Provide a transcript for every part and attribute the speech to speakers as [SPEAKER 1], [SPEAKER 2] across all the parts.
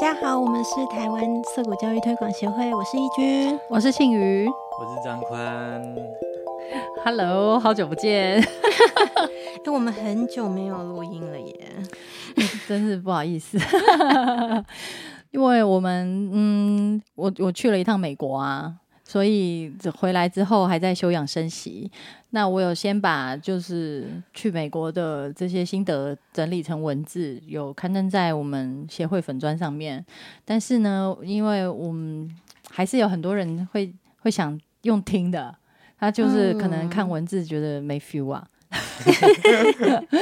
[SPEAKER 1] 家好，我们是台湾色谷教育推广协会，我是一君。
[SPEAKER 2] 我是庆瑜
[SPEAKER 3] 我是张宽，
[SPEAKER 2] ，Hello，好久不见，
[SPEAKER 1] 哎、我们很久没有录音了耶。
[SPEAKER 2] 真是不好意思，因为我们嗯，我我去了一趟美国啊，所以回来之后还在休养生息。那我有先把就是去美国的这些心得整理成文字，有刊登在我们协会粉砖上面。但是呢，因为我们还是有很多人会会想用听的，他就是可能看文字觉得没 feel 啊。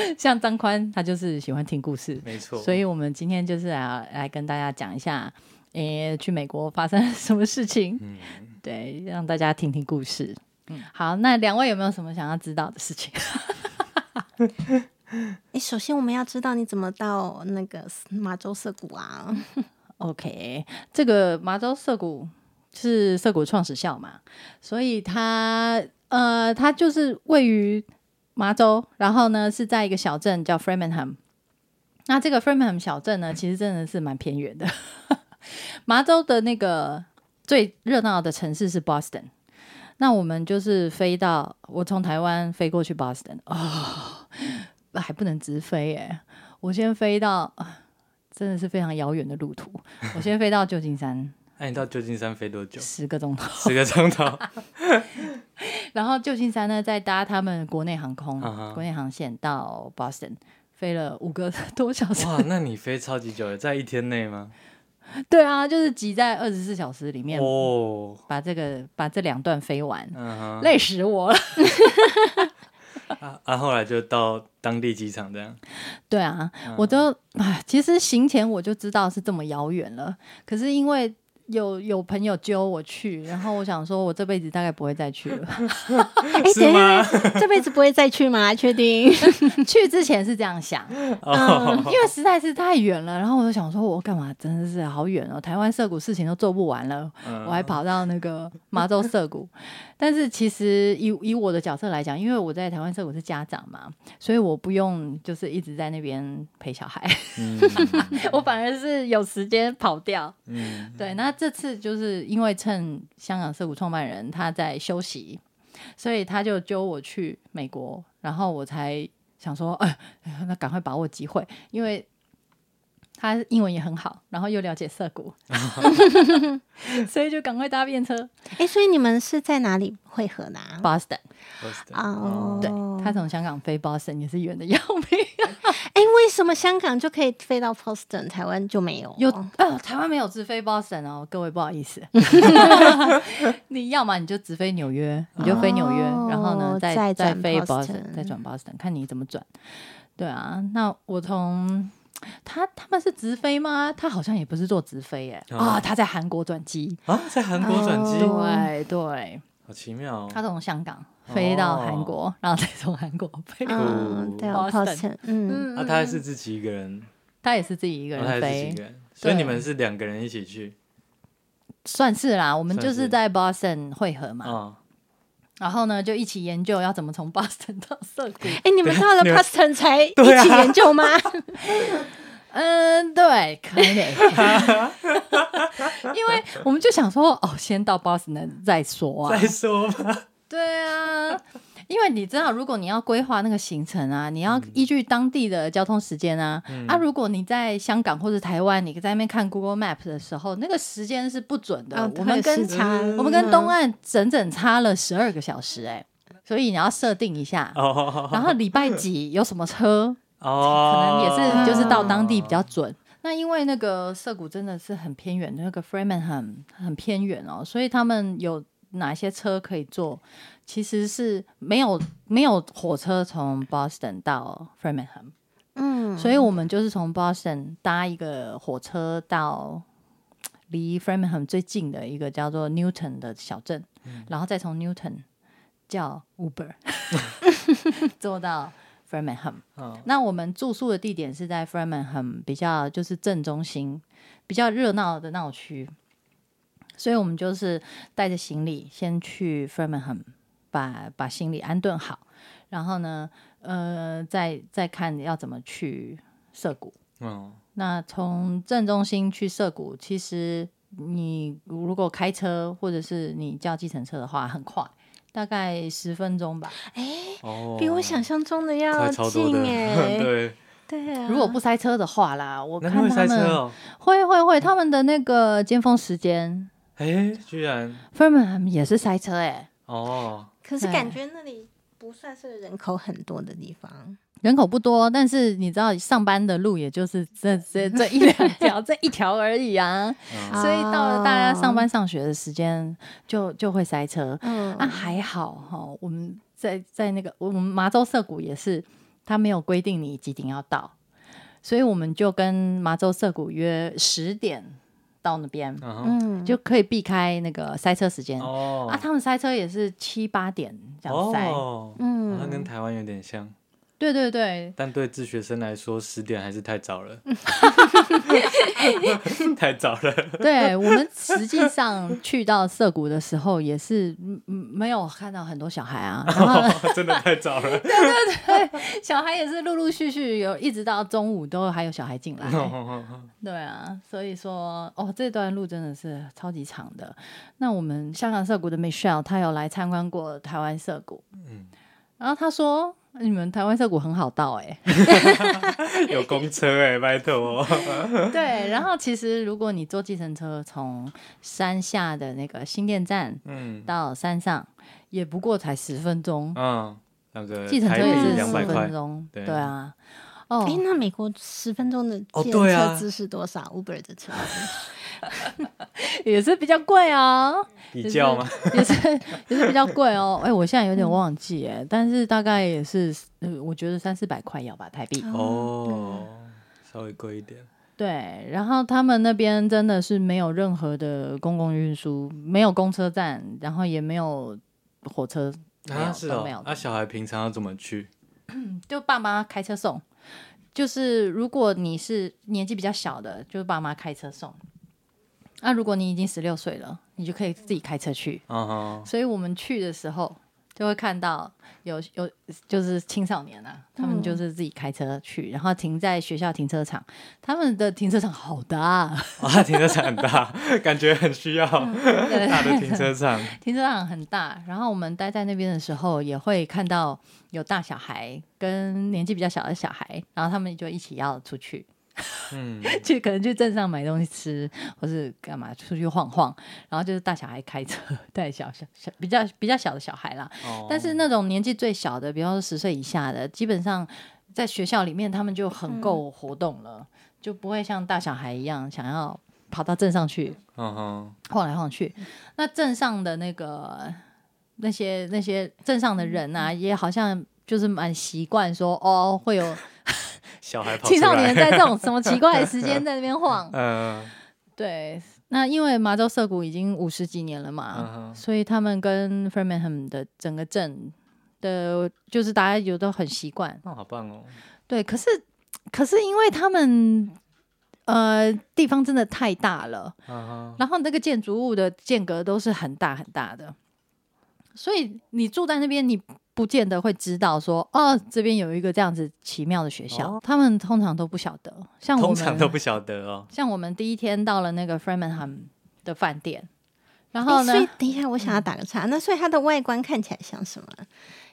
[SPEAKER 2] 像张宽，他就是喜欢听故事，
[SPEAKER 3] 没错，
[SPEAKER 2] 所以我们今天就是来来跟大家讲一下，诶、去美国发生了什么事情，
[SPEAKER 3] 嗯，
[SPEAKER 2] 对，让大家听听故事。嗯，好，那两位有没有什么想要知道的事情？
[SPEAKER 1] 哎、首先我们要知道你怎么到那个马州涩谷啊？
[SPEAKER 2] OK，这个麻州涩谷是涩谷创始校嘛，所以它呃，它就是位于麻州，然后呢是在一个小镇叫 Framingham。那这个 Framingham 小镇呢，其实真的是蛮偏远的。 麻州的那个最热闹的城市是 Boston。那我们就是飞到我从台湾飞过去 Boston 哦，还不能直飞耶、我先飞到啊真的是非常遥远的路途。我先飞到旧金山
[SPEAKER 3] 哎那你到旧金山飞多久？
[SPEAKER 2] 十个钟头，
[SPEAKER 3] 十个钟头，
[SPEAKER 2] 然后旧金山呢再搭他们国内航空、
[SPEAKER 3] 啊哈
[SPEAKER 2] 国内航线到 Boston，飞了五个 多小时。
[SPEAKER 3] 哇，那你飞超级久了，在一天内吗？
[SPEAKER 2] 对啊，就是挤在二十四小时里面、
[SPEAKER 3] 哦，
[SPEAKER 2] 把这个把这两段飞完，
[SPEAKER 3] 嗯
[SPEAKER 2] 累死我了。
[SPEAKER 3] 哼，啊啊，后来就到当地机场这样，
[SPEAKER 2] 对啊，我都唉其实行前我就知道是这么遥远了，可是因为。有有朋友揪我去，然后我想说，我这辈子大概不会再去 了。
[SPEAKER 1] 哎、
[SPEAKER 3] 是吗？
[SPEAKER 1] 这辈子不会再去 吗？确定？嗯
[SPEAKER 2] 去之前是这样想，
[SPEAKER 3] 哦，
[SPEAKER 2] 因为实在是太远了，然后我就想说，我干嘛真的是好远哦，台湾涩谷事情都做不完了，
[SPEAKER 3] 嗯
[SPEAKER 2] 我还跑到那个麻州涩谷。 但是其实以以我的角色来讲，因为我在台湾涩谷是家长嘛，所以我不用就是一直在那边陪小孩，
[SPEAKER 3] 嗯
[SPEAKER 2] 我反而是有时间跑掉。
[SPEAKER 3] 嗯，
[SPEAKER 2] 对，那这次就是因为趁香港涩谷创办人他在休息，所以他就揪我去美国，然后我才想说，哎， 那赶快把握机会，因为他英文也很好，然后又了解涩谷，所以就赶快搭便车
[SPEAKER 1] 哎、所以你们是在哪里会合的啊？
[SPEAKER 2] Boston。
[SPEAKER 3] Boston
[SPEAKER 2] 啊
[SPEAKER 1] 哦，
[SPEAKER 2] 对他从香港飞 Boston 也是远的要命，
[SPEAKER 1] 哎、为什么香港就可以飞到 Boston，台湾就没有？
[SPEAKER 2] 有呃，台湾没有直飞 Boston 哦，各位不好 意思，你要么你就直飞纽约，你就飞纽约，
[SPEAKER 1] 哦
[SPEAKER 2] 然后呢再
[SPEAKER 1] 再转
[SPEAKER 2] 飞
[SPEAKER 1] Boston
[SPEAKER 2] 再转 Boston，看你怎么转。对啊，那我从他他们是直飞吗？他好像也不是做直飞耶、
[SPEAKER 3] 哦
[SPEAKER 2] 啊，他在韩国转机，
[SPEAKER 3] 啊，在韩国转机，
[SPEAKER 1] 哦
[SPEAKER 2] 对对，
[SPEAKER 3] 好奇妙
[SPEAKER 2] 他
[SPEAKER 3] 哦，
[SPEAKER 2] 从香港飞到韩国，然后再从韩国飞。
[SPEAKER 1] 嗯，对哦
[SPEAKER 2] Boston
[SPEAKER 1] ，Boston，嗯，
[SPEAKER 3] 啊，他还是自己一个人，
[SPEAKER 2] 他也是自己一个
[SPEAKER 3] 哦他还
[SPEAKER 2] 人
[SPEAKER 3] 是自己
[SPEAKER 2] 飞
[SPEAKER 3] 一，个人，所以
[SPEAKER 2] 对
[SPEAKER 3] 你们是两个人一起去，
[SPEAKER 2] 算是啦。我们
[SPEAKER 3] 算
[SPEAKER 2] 就是是在 Boston 汇合嘛，
[SPEAKER 3] 啊，
[SPEAKER 2] 然后呢，就一起研究要怎么从 Boston 到涩谷。
[SPEAKER 1] 哎、你们到了
[SPEAKER 3] 啊你们
[SPEAKER 1] Boston 才一
[SPEAKER 3] 对啊
[SPEAKER 1] 起研 究吗？
[SPEAKER 2] 嗯，对，可以。因 为我们就想说，哦，先到 Boston 再说啊
[SPEAKER 3] 再。说吧，
[SPEAKER 2] 对啊，因为你知道，如果你要规划那个行程啊，你要依据当地的交通时间啊。啊，如果你在香港或者台湾，你在那边看 Google Map 的时候，那个时间是不准的。
[SPEAKER 1] 啊
[SPEAKER 2] 我们跟
[SPEAKER 1] 查
[SPEAKER 2] 我们跟东岸整整差了十二个小时、哎，所以你要设定一下。
[SPEAKER 3] 哦
[SPEAKER 2] 然后礼拜几有什么车，可能
[SPEAKER 3] 哦，
[SPEAKER 2] 也是就是到当地比较准。那因为那个涩谷真的是很偏远，那个 Framingham 很偏远哦，所以他们有哪些车可以坐？其实是没有没有火车从 Boston 到 Framingham，
[SPEAKER 1] 嗯，
[SPEAKER 2] 所以我们就是从 Boston 搭一个火车到离 Framingham 最近的一个叫做 Newton 的小镇，
[SPEAKER 1] 嗯
[SPEAKER 2] 然后再从 Newton 叫 Uber 坐到 Framingham。
[SPEAKER 1] 嗯
[SPEAKER 3] 哦
[SPEAKER 2] 那我们住宿的地点是在 Framingham 比较就是正中心，比较热闹的闹区，所以我们就是带着行李先去 Framingham 把把行李安顿好，然后呢，呃，再再看要怎么去涩谷。
[SPEAKER 3] 嗯
[SPEAKER 2] 那从正中心去涩谷，其实你如果开车或者是你叫计程车的话，很快，大概十分钟吧。
[SPEAKER 3] 哦，
[SPEAKER 1] 比我想象中的要
[SPEAKER 3] 快超多
[SPEAKER 1] 近
[SPEAKER 3] 的，
[SPEAKER 2] 欸
[SPEAKER 1] 哎、
[SPEAKER 3] 对，
[SPEAKER 1] 对啊，
[SPEAKER 2] 如果不塞车的话啦，我
[SPEAKER 3] 那
[SPEAKER 2] 看
[SPEAKER 3] 他会
[SPEAKER 2] 他
[SPEAKER 3] 塞
[SPEAKER 2] 们
[SPEAKER 3] 车哦，
[SPEAKER 2] 会会会，他们的那个尖峰时间
[SPEAKER 3] 哎，居然
[SPEAKER 2] f i r m a n 也是塞车哎、
[SPEAKER 3] 哦，
[SPEAKER 1] 可是感觉那里不算是人口很多的地方，
[SPEAKER 2] 人口不多，但是你知道上班的路也就是
[SPEAKER 1] 嗯
[SPEAKER 2] 这这这一两条， 这一条而已啊。
[SPEAKER 3] 嗯
[SPEAKER 1] 啊
[SPEAKER 2] 所以到了大家上班上学的时间，就就会塞车。
[SPEAKER 1] 哦嗯
[SPEAKER 2] 啊，还好哈、我们在在那个我们麻州涩谷也是，他没有规定你几点要到，所以我们就跟麻州涩谷约十点到那边，
[SPEAKER 3] 嗯哼
[SPEAKER 1] 嗯，
[SPEAKER 2] 就可以避开那个塞车时间。
[SPEAKER 3] 哦
[SPEAKER 2] 啊，他们塞车也是七八点这样塞，
[SPEAKER 3] 哦，
[SPEAKER 1] 嗯
[SPEAKER 3] 那跟台湾有点像，
[SPEAKER 2] 对对对，
[SPEAKER 3] 但对自学生来说，十点还是太 早了，太早了。
[SPEAKER 2] 对我们实际上去到涩谷的时候，也是嗯嗯没有看到很多小孩啊，然后
[SPEAKER 3] 哦真的太早了，
[SPEAKER 2] 小孩也是陆陆续续有，一直到中午都还有小孩进来。对啊，所以说哦，这段路真的是超级长的。那我们香港涩谷的 Michelle，她有来参观过台湾涩谷，
[SPEAKER 3] 嗯
[SPEAKER 2] 然后她说你们台湾涩谷很好到哎、
[SPEAKER 3] 有公车哎、拜托、哦。
[SPEAKER 2] 对，然后其实如果你坐计程车从山下的那个新店站
[SPEAKER 3] 嗯
[SPEAKER 2] 到山上，也不过才十分钟，
[SPEAKER 3] 嗯，那个
[SPEAKER 2] 计程车
[SPEAKER 3] 台
[SPEAKER 2] 也
[SPEAKER 3] 币
[SPEAKER 2] 是
[SPEAKER 3] 两
[SPEAKER 2] 十
[SPEAKER 3] 百块
[SPEAKER 2] 分，钟，
[SPEAKER 3] 对
[SPEAKER 2] 对啊，哦
[SPEAKER 1] 哎、，那美国十分钟的
[SPEAKER 3] 哦
[SPEAKER 1] 计程
[SPEAKER 3] 对啊
[SPEAKER 1] 车资是多少、u b e r 的车资？
[SPEAKER 2] 也是比较贵啊，
[SPEAKER 3] 比较吗？
[SPEAKER 2] 也是也是比较贵哦。哎，我现在有点忘记哎，但是大概也是，呃我觉得三四百块要吧台币。嗯
[SPEAKER 3] 哦，稍微贵一点。
[SPEAKER 2] 对，然后他们那边真的是没有任何的公共运输，没有公车站，然后也没有火车，没有
[SPEAKER 3] 啊，是
[SPEAKER 2] 都
[SPEAKER 3] 哦
[SPEAKER 2] 没有。
[SPEAKER 3] 那、小孩平常要怎么去？
[SPEAKER 2] 就爸妈开车送。就是如果你是年纪比较小的，就是爸妈开车送。那、如果你已经十六岁了，你就可以自己开车去。
[SPEAKER 3] 嗯哼，
[SPEAKER 2] 所以我们去的时候就会看到有有就是青少年啊，他们就是自己开车去，然后停在学校停车场。他们的停车场好大、
[SPEAKER 3] 啊，停车场很大，感觉很需要
[SPEAKER 2] 嗯对
[SPEAKER 3] 大的停车场。
[SPEAKER 2] 停车场很大。然后我们待在那边的时候，也会看到有大小孩跟年纪比较小的小孩，然后他们就一起要出去。
[SPEAKER 3] 嗯，
[SPEAKER 2] 去可能去镇上买东西吃，或是干嘛出去晃晃，然后就是大小孩开车带小小小比较比较小的小孩啦，
[SPEAKER 3] 哦
[SPEAKER 2] 但是那种年纪最小的，比方说十岁以下的，基本上在学校里面他们就很够活动了，就不会像大小孩一样想要跑到镇上去
[SPEAKER 3] 嗯哼，
[SPEAKER 2] 晃来晃去。那镇上的那个那些那些镇上的人啊，也好像就是蛮习惯说哦，会 有
[SPEAKER 3] 小孩跑出
[SPEAKER 2] 青少年
[SPEAKER 3] 来。。
[SPEAKER 2] 在这种什么奇怪的时间在那边晃
[SPEAKER 3] 嗯
[SPEAKER 2] 对，那因为麻州涩谷已经五十几年了嘛，
[SPEAKER 3] 嗯哼，
[SPEAKER 2] 所以他们跟 Framingham 的整个镇的，就是大家有都很习惯。
[SPEAKER 3] 那、好棒哦。
[SPEAKER 2] 对，可是可是因为他们呃地方真的太大了，
[SPEAKER 3] 嗯哼，
[SPEAKER 2] 然后那个建筑物的间隔都是很大很大的，所以你住在那边，你不见得会知道说哦，这边有一个这样子奇妙的学校，
[SPEAKER 3] 哦
[SPEAKER 2] 他们通常都不晓得。像我
[SPEAKER 3] 通
[SPEAKER 2] 们
[SPEAKER 3] 常都不晓得哦。
[SPEAKER 2] 像我们第一天到了那个 Framingham 的饭店，然后
[SPEAKER 1] 哎
[SPEAKER 2] 呢，嗯
[SPEAKER 1] 所以等一下，我想要打个岔。那所以它的外观看起来像什么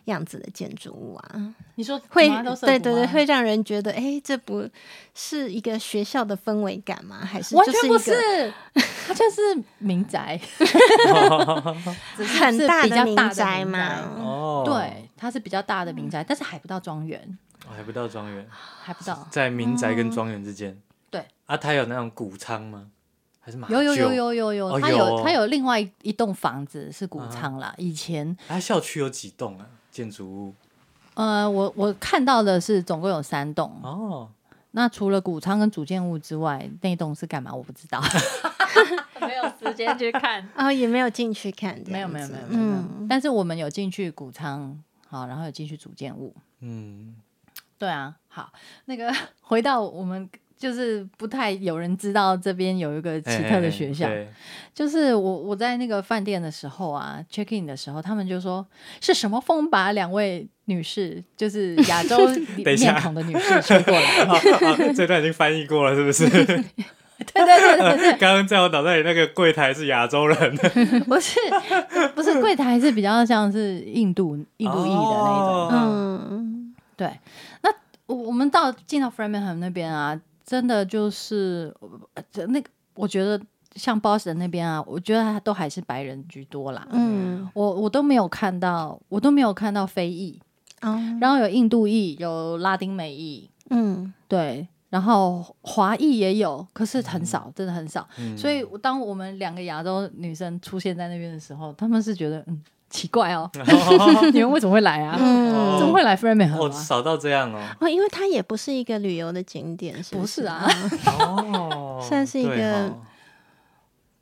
[SPEAKER 1] 样子的建筑物啊？
[SPEAKER 2] 你说
[SPEAKER 1] 会
[SPEAKER 2] 麻豆，社
[SPEAKER 1] 对
[SPEAKER 2] 谷
[SPEAKER 1] 对对，
[SPEAKER 2] 吗
[SPEAKER 1] 会让人觉得，哎、这不是一个学校的氛围感吗？还是
[SPEAKER 2] 完
[SPEAKER 1] 就
[SPEAKER 2] 全不
[SPEAKER 1] 一个
[SPEAKER 2] 是，它就是民 宅，只是
[SPEAKER 1] 很大
[SPEAKER 2] 是比较
[SPEAKER 1] 民
[SPEAKER 2] 大
[SPEAKER 1] 宅
[SPEAKER 2] 民
[SPEAKER 1] 嘛？
[SPEAKER 3] 哦，
[SPEAKER 2] 嗯对，它是比较大的民
[SPEAKER 1] 嗯
[SPEAKER 2] 宅，但是还不到庄园，
[SPEAKER 3] 哦，还不到庄园，
[SPEAKER 2] 还不到。
[SPEAKER 3] 在民宅跟庄园之间。
[SPEAKER 2] 嗯对。
[SPEAKER 3] 啊，它有那种谷仓吗？还是马
[SPEAKER 2] 有有
[SPEAKER 3] 厩
[SPEAKER 2] 有。有有有，
[SPEAKER 3] 哦
[SPEAKER 2] 它
[SPEAKER 3] 有
[SPEAKER 2] 有啊
[SPEAKER 3] 哦
[SPEAKER 2] 它有另外一栋房子是谷仓啦。以前
[SPEAKER 3] 它校区有几栋啊？建筑物
[SPEAKER 2] 呃，我我看到的是总共有三栋，
[SPEAKER 3] 哦，
[SPEAKER 2] 那除了谷仓跟主建物之外，那栋是干嘛？我不知道，没有时间去看。
[SPEAKER 1] 哦，也没有进去看，这
[SPEAKER 2] 没有
[SPEAKER 1] 样
[SPEAKER 2] 没有
[SPEAKER 1] 子
[SPEAKER 2] 没有没有，
[SPEAKER 1] 嗯，
[SPEAKER 2] 但是我们有进去谷仓，好，然后有进去主建物。
[SPEAKER 3] 嗯，
[SPEAKER 2] 对啊，好，那个 回到我们就是不太有人知道这边有一个奇
[SPEAKER 3] 哎
[SPEAKER 2] 特的学校。
[SPEAKER 3] 嘿嘿嘿
[SPEAKER 2] 就是我我在那个饭店的时候啊，check in 的时候，他们就说是什么风把两位女士，就是亚 洲
[SPEAKER 3] 等一下
[SPEAKER 2] 面孔的女士吹过 来。
[SPEAKER 3] 对啊啊这段已经翻译过了，是不是？
[SPEAKER 2] 对对对对对，
[SPEAKER 3] 刚刚在我脑袋里那个柜台是亚洲人，
[SPEAKER 2] 不是不是柜台是比较像是印度印度裔的那一种。
[SPEAKER 3] 哦
[SPEAKER 1] 嗯，
[SPEAKER 2] 对，那我我们到进到 Framingham 那边啊，真的就是呃这那个，我觉得像 Boston 那边啊，我觉得都还是白人居多啦。
[SPEAKER 1] 嗯，
[SPEAKER 2] 我我都没有看到，我都没有看到非裔，
[SPEAKER 1] 哦，
[SPEAKER 2] 然后有印度裔，有拉丁美裔，
[SPEAKER 1] 嗯，
[SPEAKER 2] 对，然后华裔也有，可是很少，真的很少。
[SPEAKER 3] 嗯
[SPEAKER 2] 所以当我们两个亚洲女生出现在那边的时候，他们是觉得嗯奇怪 哦，你们为什么会来啊？
[SPEAKER 1] 嗯，
[SPEAKER 2] 怎么会来 Framingham
[SPEAKER 3] 哦，
[SPEAKER 2] 啊？
[SPEAKER 3] 少到这样哦。
[SPEAKER 1] 哦，因为它也不是一个旅游的景点，是
[SPEAKER 2] 不
[SPEAKER 1] 是
[SPEAKER 2] 是啊
[SPEAKER 1] 嗯
[SPEAKER 3] 哦，
[SPEAKER 1] 算是一个
[SPEAKER 3] 对哦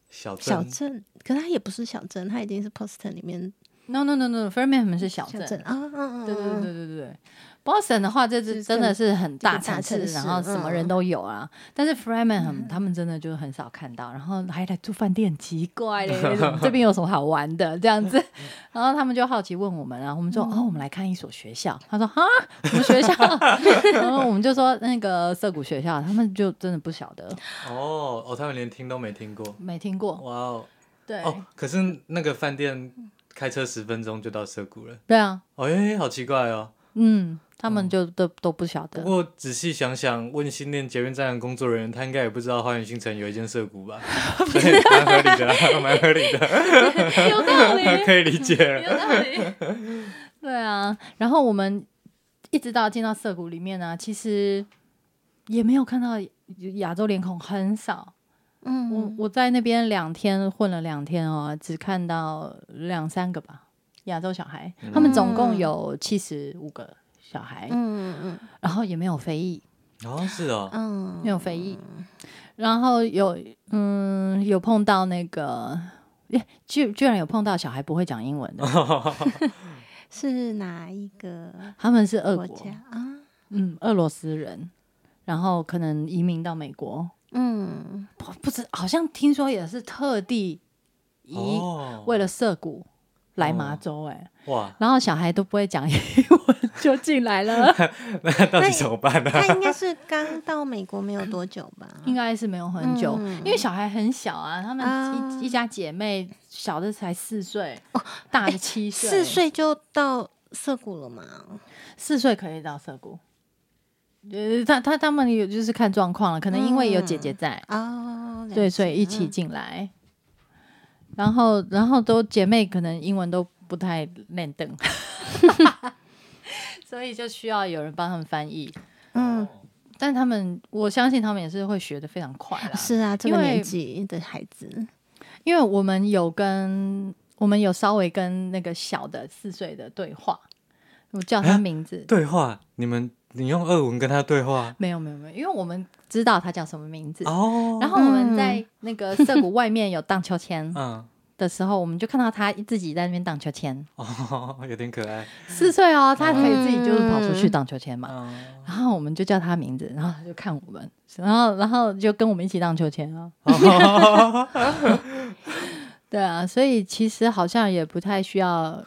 [SPEAKER 3] 小
[SPEAKER 1] 小
[SPEAKER 3] 镇，
[SPEAKER 1] 镇，可是它也不是小镇，它已经是 Poston 里面
[SPEAKER 2] No no no no，Framingham 是小
[SPEAKER 1] 小
[SPEAKER 2] 镇。
[SPEAKER 1] 镇啊，嗯嗯，
[SPEAKER 2] 对对对
[SPEAKER 1] 嗯，
[SPEAKER 2] 对对对，Boston 的话，这
[SPEAKER 1] 是
[SPEAKER 2] 是真的是很大城
[SPEAKER 1] 这
[SPEAKER 2] 市，
[SPEAKER 1] 个大城市嗯
[SPEAKER 2] 然后什么人都有啊。但是 Framingham 他们真的就很少看到，然后还来住饭店，奇怪嘞， 怎么这边有什么好玩的这样子？然后他们就好奇问我们啊，我们说
[SPEAKER 1] 嗯
[SPEAKER 2] 哦，我们来看一所学校。他说啊，什么学校？ 然后我们就说那个涩谷学校，他们就真的不晓得，
[SPEAKER 3] 哦哦，他们连听都没听过，
[SPEAKER 2] 没听过。
[SPEAKER 3] 哇哦
[SPEAKER 2] 对
[SPEAKER 3] 哦，可是那个饭店开车十分钟就到涩谷了，
[SPEAKER 2] 对啊，
[SPEAKER 3] 哦哎，好奇怪哦。
[SPEAKER 2] 嗯，他们就都都不晓
[SPEAKER 3] 不
[SPEAKER 2] 得。
[SPEAKER 3] 过仔细想想，问新店捷运站的工作人员，他应该也不知道花园新城有一间涩谷吧？ 所以蛮合理的啦， 蛮合理的，
[SPEAKER 2] 有道理
[SPEAKER 3] 可以理解 了。
[SPEAKER 2] 有道理。对啊，然后我们一直到进到涩谷里面呢、其实也没有看到亚洲脸孔，很少。
[SPEAKER 1] 嗯，
[SPEAKER 2] 我我在那边两天混了两天哦，只看到两三个吧亚洲小孩，他们总共有七十五个小孩，
[SPEAKER 1] 嗯嗯
[SPEAKER 2] 然后也没有非裔，
[SPEAKER 3] 哦，是哦，
[SPEAKER 1] 嗯
[SPEAKER 2] 没有非裔，然后有嗯有碰到那个。耶居居然有碰到小孩不会讲英文的，
[SPEAKER 1] 嗯，是哪一个
[SPEAKER 2] 他们是俄
[SPEAKER 1] 国
[SPEAKER 2] 国，
[SPEAKER 1] 家啊？
[SPEAKER 2] 嗯，俄罗斯人，然后可能移民到美国，
[SPEAKER 1] 嗯，
[SPEAKER 2] 不不知好像听说也是特地
[SPEAKER 1] 嗯
[SPEAKER 2] 移、
[SPEAKER 3] 哦，
[SPEAKER 2] 为了涉谷来
[SPEAKER 3] 哦
[SPEAKER 2] 麻州、欸，哎、
[SPEAKER 3] 哇，
[SPEAKER 2] 然后小孩都不会讲英文 就进来 了，
[SPEAKER 3] 那到底怎么办呢？
[SPEAKER 1] 他应该是刚到美国没有多久吧？
[SPEAKER 2] 应该是没有很久，
[SPEAKER 1] 嗯
[SPEAKER 2] 因为小孩很小啊，他们一、
[SPEAKER 1] 啊哦
[SPEAKER 2] 一家姐妹小的才四岁，大的七岁，
[SPEAKER 1] 哎四岁就到涩谷了嘛？
[SPEAKER 2] 四岁可以到涉谷。呃，他他他们有就是看状况了，可能因为有姐
[SPEAKER 1] 嗯
[SPEAKER 2] 姐在，
[SPEAKER 1] 哦，了
[SPEAKER 2] 对，
[SPEAKER 1] 解
[SPEAKER 2] 所以一起进来，然后然后都姐妹可能英文都不太练登， 所以就需要有人帮他们翻译。
[SPEAKER 1] 嗯，
[SPEAKER 2] 但他们，我相信他们也是会学的非常快啦。
[SPEAKER 1] 是啊，这
[SPEAKER 2] 因
[SPEAKER 1] 个
[SPEAKER 2] 为
[SPEAKER 1] 年纪的孩子，
[SPEAKER 2] 因为我们有跟我们有稍微跟那个小的四岁的对话，我叫他名字，
[SPEAKER 3] 对话，你们你用俄文跟他对话
[SPEAKER 2] 没有没有没有，因为我们知道他叫什么名字。
[SPEAKER 3] 哦，
[SPEAKER 2] 然后我
[SPEAKER 1] 嗯
[SPEAKER 2] 们在那个涩谷外面有荡秋千
[SPEAKER 3] 嗯，
[SPEAKER 2] 的时候，我们就看到他自己在那边荡秋千。
[SPEAKER 3] 哦，有点可爱，
[SPEAKER 2] 四岁哦，他可以自己就是跑出去荡秋千嘛。
[SPEAKER 3] 嗯，
[SPEAKER 2] 然后我们就叫他名字，然后他就看我们，然后然后就跟我们一起荡秋千 啊。对啊，所以其实好像也不太需要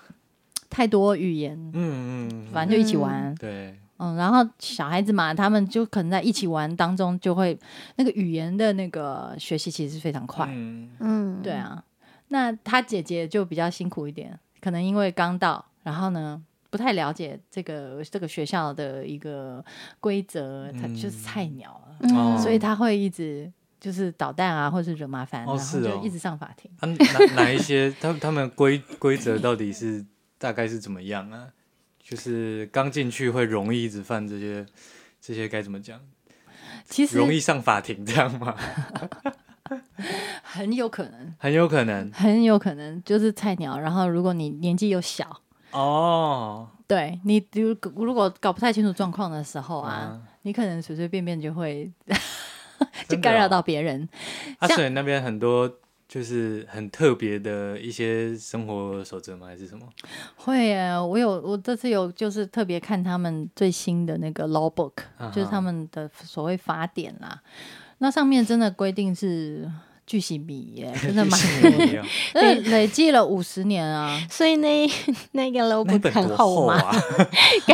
[SPEAKER 2] 太多语言，
[SPEAKER 3] 嗯嗯，
[SPEAKER 2] 反正就一起玩。
[SPEAKER 3] 对，
[SPEAKER 2] 嗯，然后小孩子嘛，他们就可能在一起玩当中就会那个语言的那个学习其实是非常快。
[SPEAKER 3] 嗯
[SPEAKER 1] 嗯，
[SPEAKER 2] 对啊，那他姐姐就比较辛苦一点，可能因为刚到，然后呢不太了解这个这个学校的一个规则，他就是菜鸟啊，
[SPEAKER 1] 嗯
[SPEAKER 3] 哦
[SPEAKER 2] 所以他会一直就是捣蛋啊，或是惹麻烦，
[SPEAKER 3] 哦
[SPEAKER 2] 然后
[SPEAKER 3] 是
[SPEAKER 2] 就
[SPEAKER 3] 哦
[SPEAKER 2] 一直上法庭。
[SPEAKER 3] 啊，哪哪一些他他们规规则到底是大概是怎么样啊？就是刚进去会容易一直犯这些这些该怎么讲？
[SPEAKER 2] 其实
[SPEAKER 3] 容易上法庭这样吗？
[SPEAKER 2] 很有可能，
[SPEAKER 3] 很有可能
[SPEAKER 2] 很有可能就是菜鸟，然后如果你年纪又小。
[SPEAKER 3] 哦。
[SPEAKER 2] 对你，如如果搞不太清楚状况的时候啊，
[SPEAKER 3] 嗯
[SPEAKER 2] 你可能随随便便就会
[SPEAKER 3] 真
[SPEAKER 2] 就
[SPEAKER 3] 的
[SPEAKER 2] 干扰
[SPEAKER 3] 哦
[SPEAKER 2] 到别人。
[SPEAKER 3] 啊，
[SPEAKER 2] 像
[SPEAKER 3] 所以那边很多就是很特别的一些生活守则吗？还是什么？
[SPEAKER 2] 会耶，我有我这次有就是特别看他们最新的那个 law book，、
[SPEAKER 3] 啊哈
[SPEAKER 2] 就是他们的所谓法典啦。那上面真的规定是巨细靡遗耶，真的蛮
[SPEAKER 3] 跟我一样，
[SPEAKER 2] 累累计了五十年啊。
[SPEAKER 1] 所以那 那个 l o
[SPEAKER 3] 那
[SPEAKER 1] b
[SPEAKER 3] 本
[SPEAKER 1] 很
[SPEAKER 3] 多厚
[SPEAKER 1] 嘛，
[SPEAKER 3] 啊！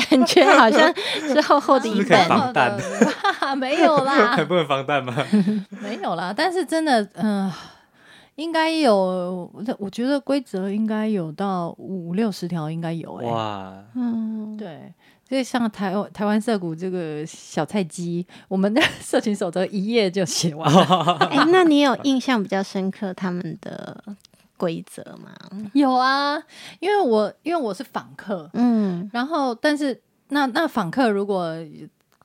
[SPEAKER 1] 感觉好像 是厚厚的
[SPEAKER 3] 是不
[SPEAKER 1] 一
[SPEAKER 3] 是可以
[SPEAKER 1] 本。
[SPEAKER 3] 绑蛋
[SPEAKER 2] 哇 没有
[SPEAKER 3] 还
[SPEAKER 2] 啦，
[SPEAKER 3] 不能防 弹吗？
[SPEAKER 2] 没有啦。但是真的，嗯、应该有，我觉得规则应该有到五六十条，应该有哎、
[SPEAKER 3] 哇，
[SPEAKER 1] 嗯，
[SPEAKER 2] 对，所以像台湾台湾社谷这个小菜鸡，我们的 社群守则一页就写完了。
[SPEAKER 1] 哎、那你有印象比较深刻他们的规则吗？
[SPEAKER 2] 有啊，因为我因为我是访客，
[SPEAKER 1] 嗯，
[SPEAKER 2] 然后但是那那访客如果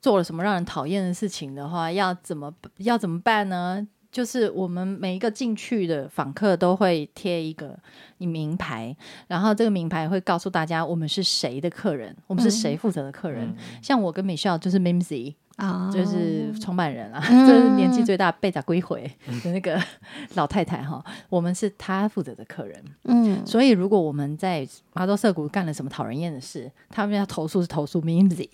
[SPEAKER 2] 做了什么让人讨厌的事情的话，要怎么要怎么办呢？就是我们每一个进去的访客都会贴一个你名牌，然后这个名牌会告诉大家我们是谁的客人，我们是谁负责的客人。
[SPEAKER 3] 嗯
[SPEAKER 2] 像我跟 Michelle 就是 Mimsy，
[SPEAKER 1] 啊、
[SPEAKER 2] 就是创办人啊，
[SPEAKER 1] 嗯
[SPEAKER 2] 就是年纪最大被打归回的那个 老太太哈。我们是她负责的客人，
[SPEAKER 1] 嗯，
[SPEAKER 2] 所以如果我们在麻州涩谷干了什么讨人厌的事，他们要投诉是投诉 Mimsy。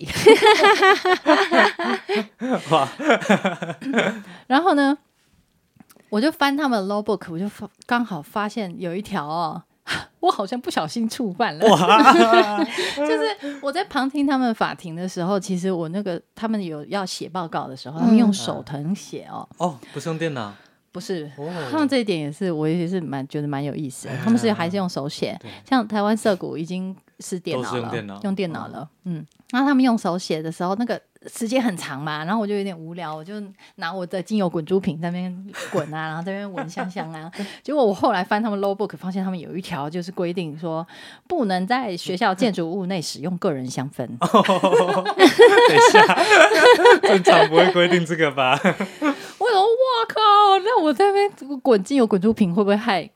[SPEAKER 3] 哇，
[SPEAKER 2] 然后呢，我就翻他们的 law book，我就发刚好发现有一条哦。 我好像不小心触犯了， 就是我在旁听他们法庭的时候，其实我那个他们有要写报告的时候，他们用手藤写哦，
[SPEAKER 3] 哦，不是用电脑
[SPEAKER 2] 不是他们
[SPEAKER 3] 哦，哎
[SPEAKER 2] 这一点也是，我也是蛮觉得蛮有意思的。他们是还是用手写
[SPEAKER 3] 对，
[SPEAKER 2] 像台湾涩谷已经是电脑
[SPEAKER 3] 都是
[SPEAKER 2] 了，
[SPEAKER 3] 用电脑
[SPEAKER 2] 了，嗯。然后他们用手写的时候，那个时间很长嘛，然后我就有点无聊，我就拿我的精油滚珠瓶在那边滚啊，然后在那边闻香香 啊。结果我后来翻他们 low book，发现他们有一条就是规定说，不能在学校建筑物内使用个人香氛。
[SPEAKER 3] 哦等一下， 正常不会规定这个
[SPEAKER 2] 我
[SPEAKER 3] 吧？
[SPEAKER 2] 想说，哇靠！那我在那边滚精油滚珠瓶会不会害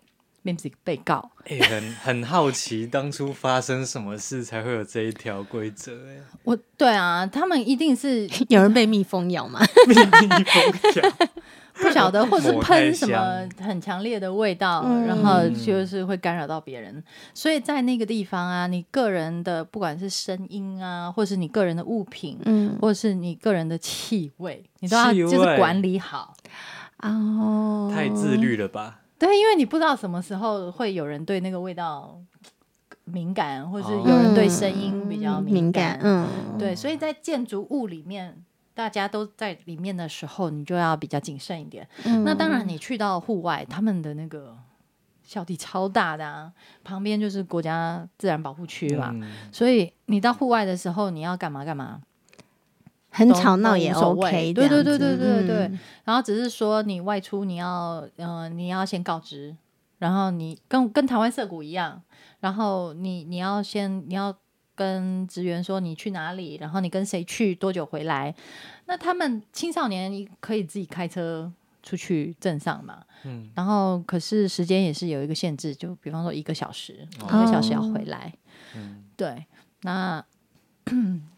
[SPEAKER 2] Mimsy 被告？
[SPEAKER 3] 哎、很很好奇，当初发生什么事才会有这一条规则？哎，
[SPEAKER 2] 我对啊，他们一定是
[SPEAKER 1] 有人被蜜蜂咬 吗？
[SPEAKER 3] 秘密封条，
[SPEAKER 2] 不晓得，或是
[SPEAKER 3] 抹太
[SPEAKER 2] 喷什么很强烈的味道，
[SPEAKER 1] 嗯
[SPEAKER 2] 然后就是会干扰到别人。所以在那个地方啊，你个人的不管是声音啊，或是你个人的物品，
[SPEAKER 1] 嗯，
[SPEAKER 2] 或是你个人的气味，你都要
[SPEAKER 3] 气
[SPEAKER 2] 就
[SPEAKER 3] 味
[SPEAKER 2] 是管理好。
[SPEAKER 1] 哦，
[SPEAKER 3] 太自律了吧？
[SPEAKER 2] 对，因为你不知道什么时候会有人对那个味道敏感，或是有人对声
[SPEAKER 3] 哦
[SPEAKER 2] 音比较
[SPEAKER 1] 敏
[SPEAKER 2] 感。
[SPEAKER 1] 嗯，
[SPEAKER 2] 对，所以在建筑物里面，大家都在里面的时候，你就要比较谨慎一点。
[SPEAKER 1] 嗯
[SPEAKER 2] 那当然，你去到户外，他们的那个校地超大的啊，旁边就是国家自然保护区嘛，
[SPEAKER 3] 嗯
[SPEAKER 2] 所以你到户外的时候，你要干嘛干嘛，
[SPEAKER 1] 很
[SPEAKER 2] 都
[SPEAKER 1] 吵闹
[SPEAKER 2] 都
[SPEAKER 1] 也
[SPEAKER 2] 无所
[SPEAKER 1] OK，
[SPEAKER 2] 谓
[SPEAKER 1] 这
[SPEAKER 2] 对
[SPEAKER 1] 样子
[SPEAKER 2] 对对对对对。
[SPEAKER 1] 嗯
[SPEAKER 2] 然后只是说你外出，你要呃，你要先告知，然后你跟跟台湾涩谷一样，然后你你要先你要跟职员说你去哪里，然后你跟谁去，多久回来。那他们青少年可以自己开车出去镇上嘛，
[SPEAKER 3] 嗯，
[SPEAKER 2] 然后可是时间也是有一个限制，就比方说一个小时，
[SPEAKER 3] 哦
[SPEAKER 2] 一个小时要回来。
[SPEAKER 3] 嗯
[SPEAKER 2] 对，那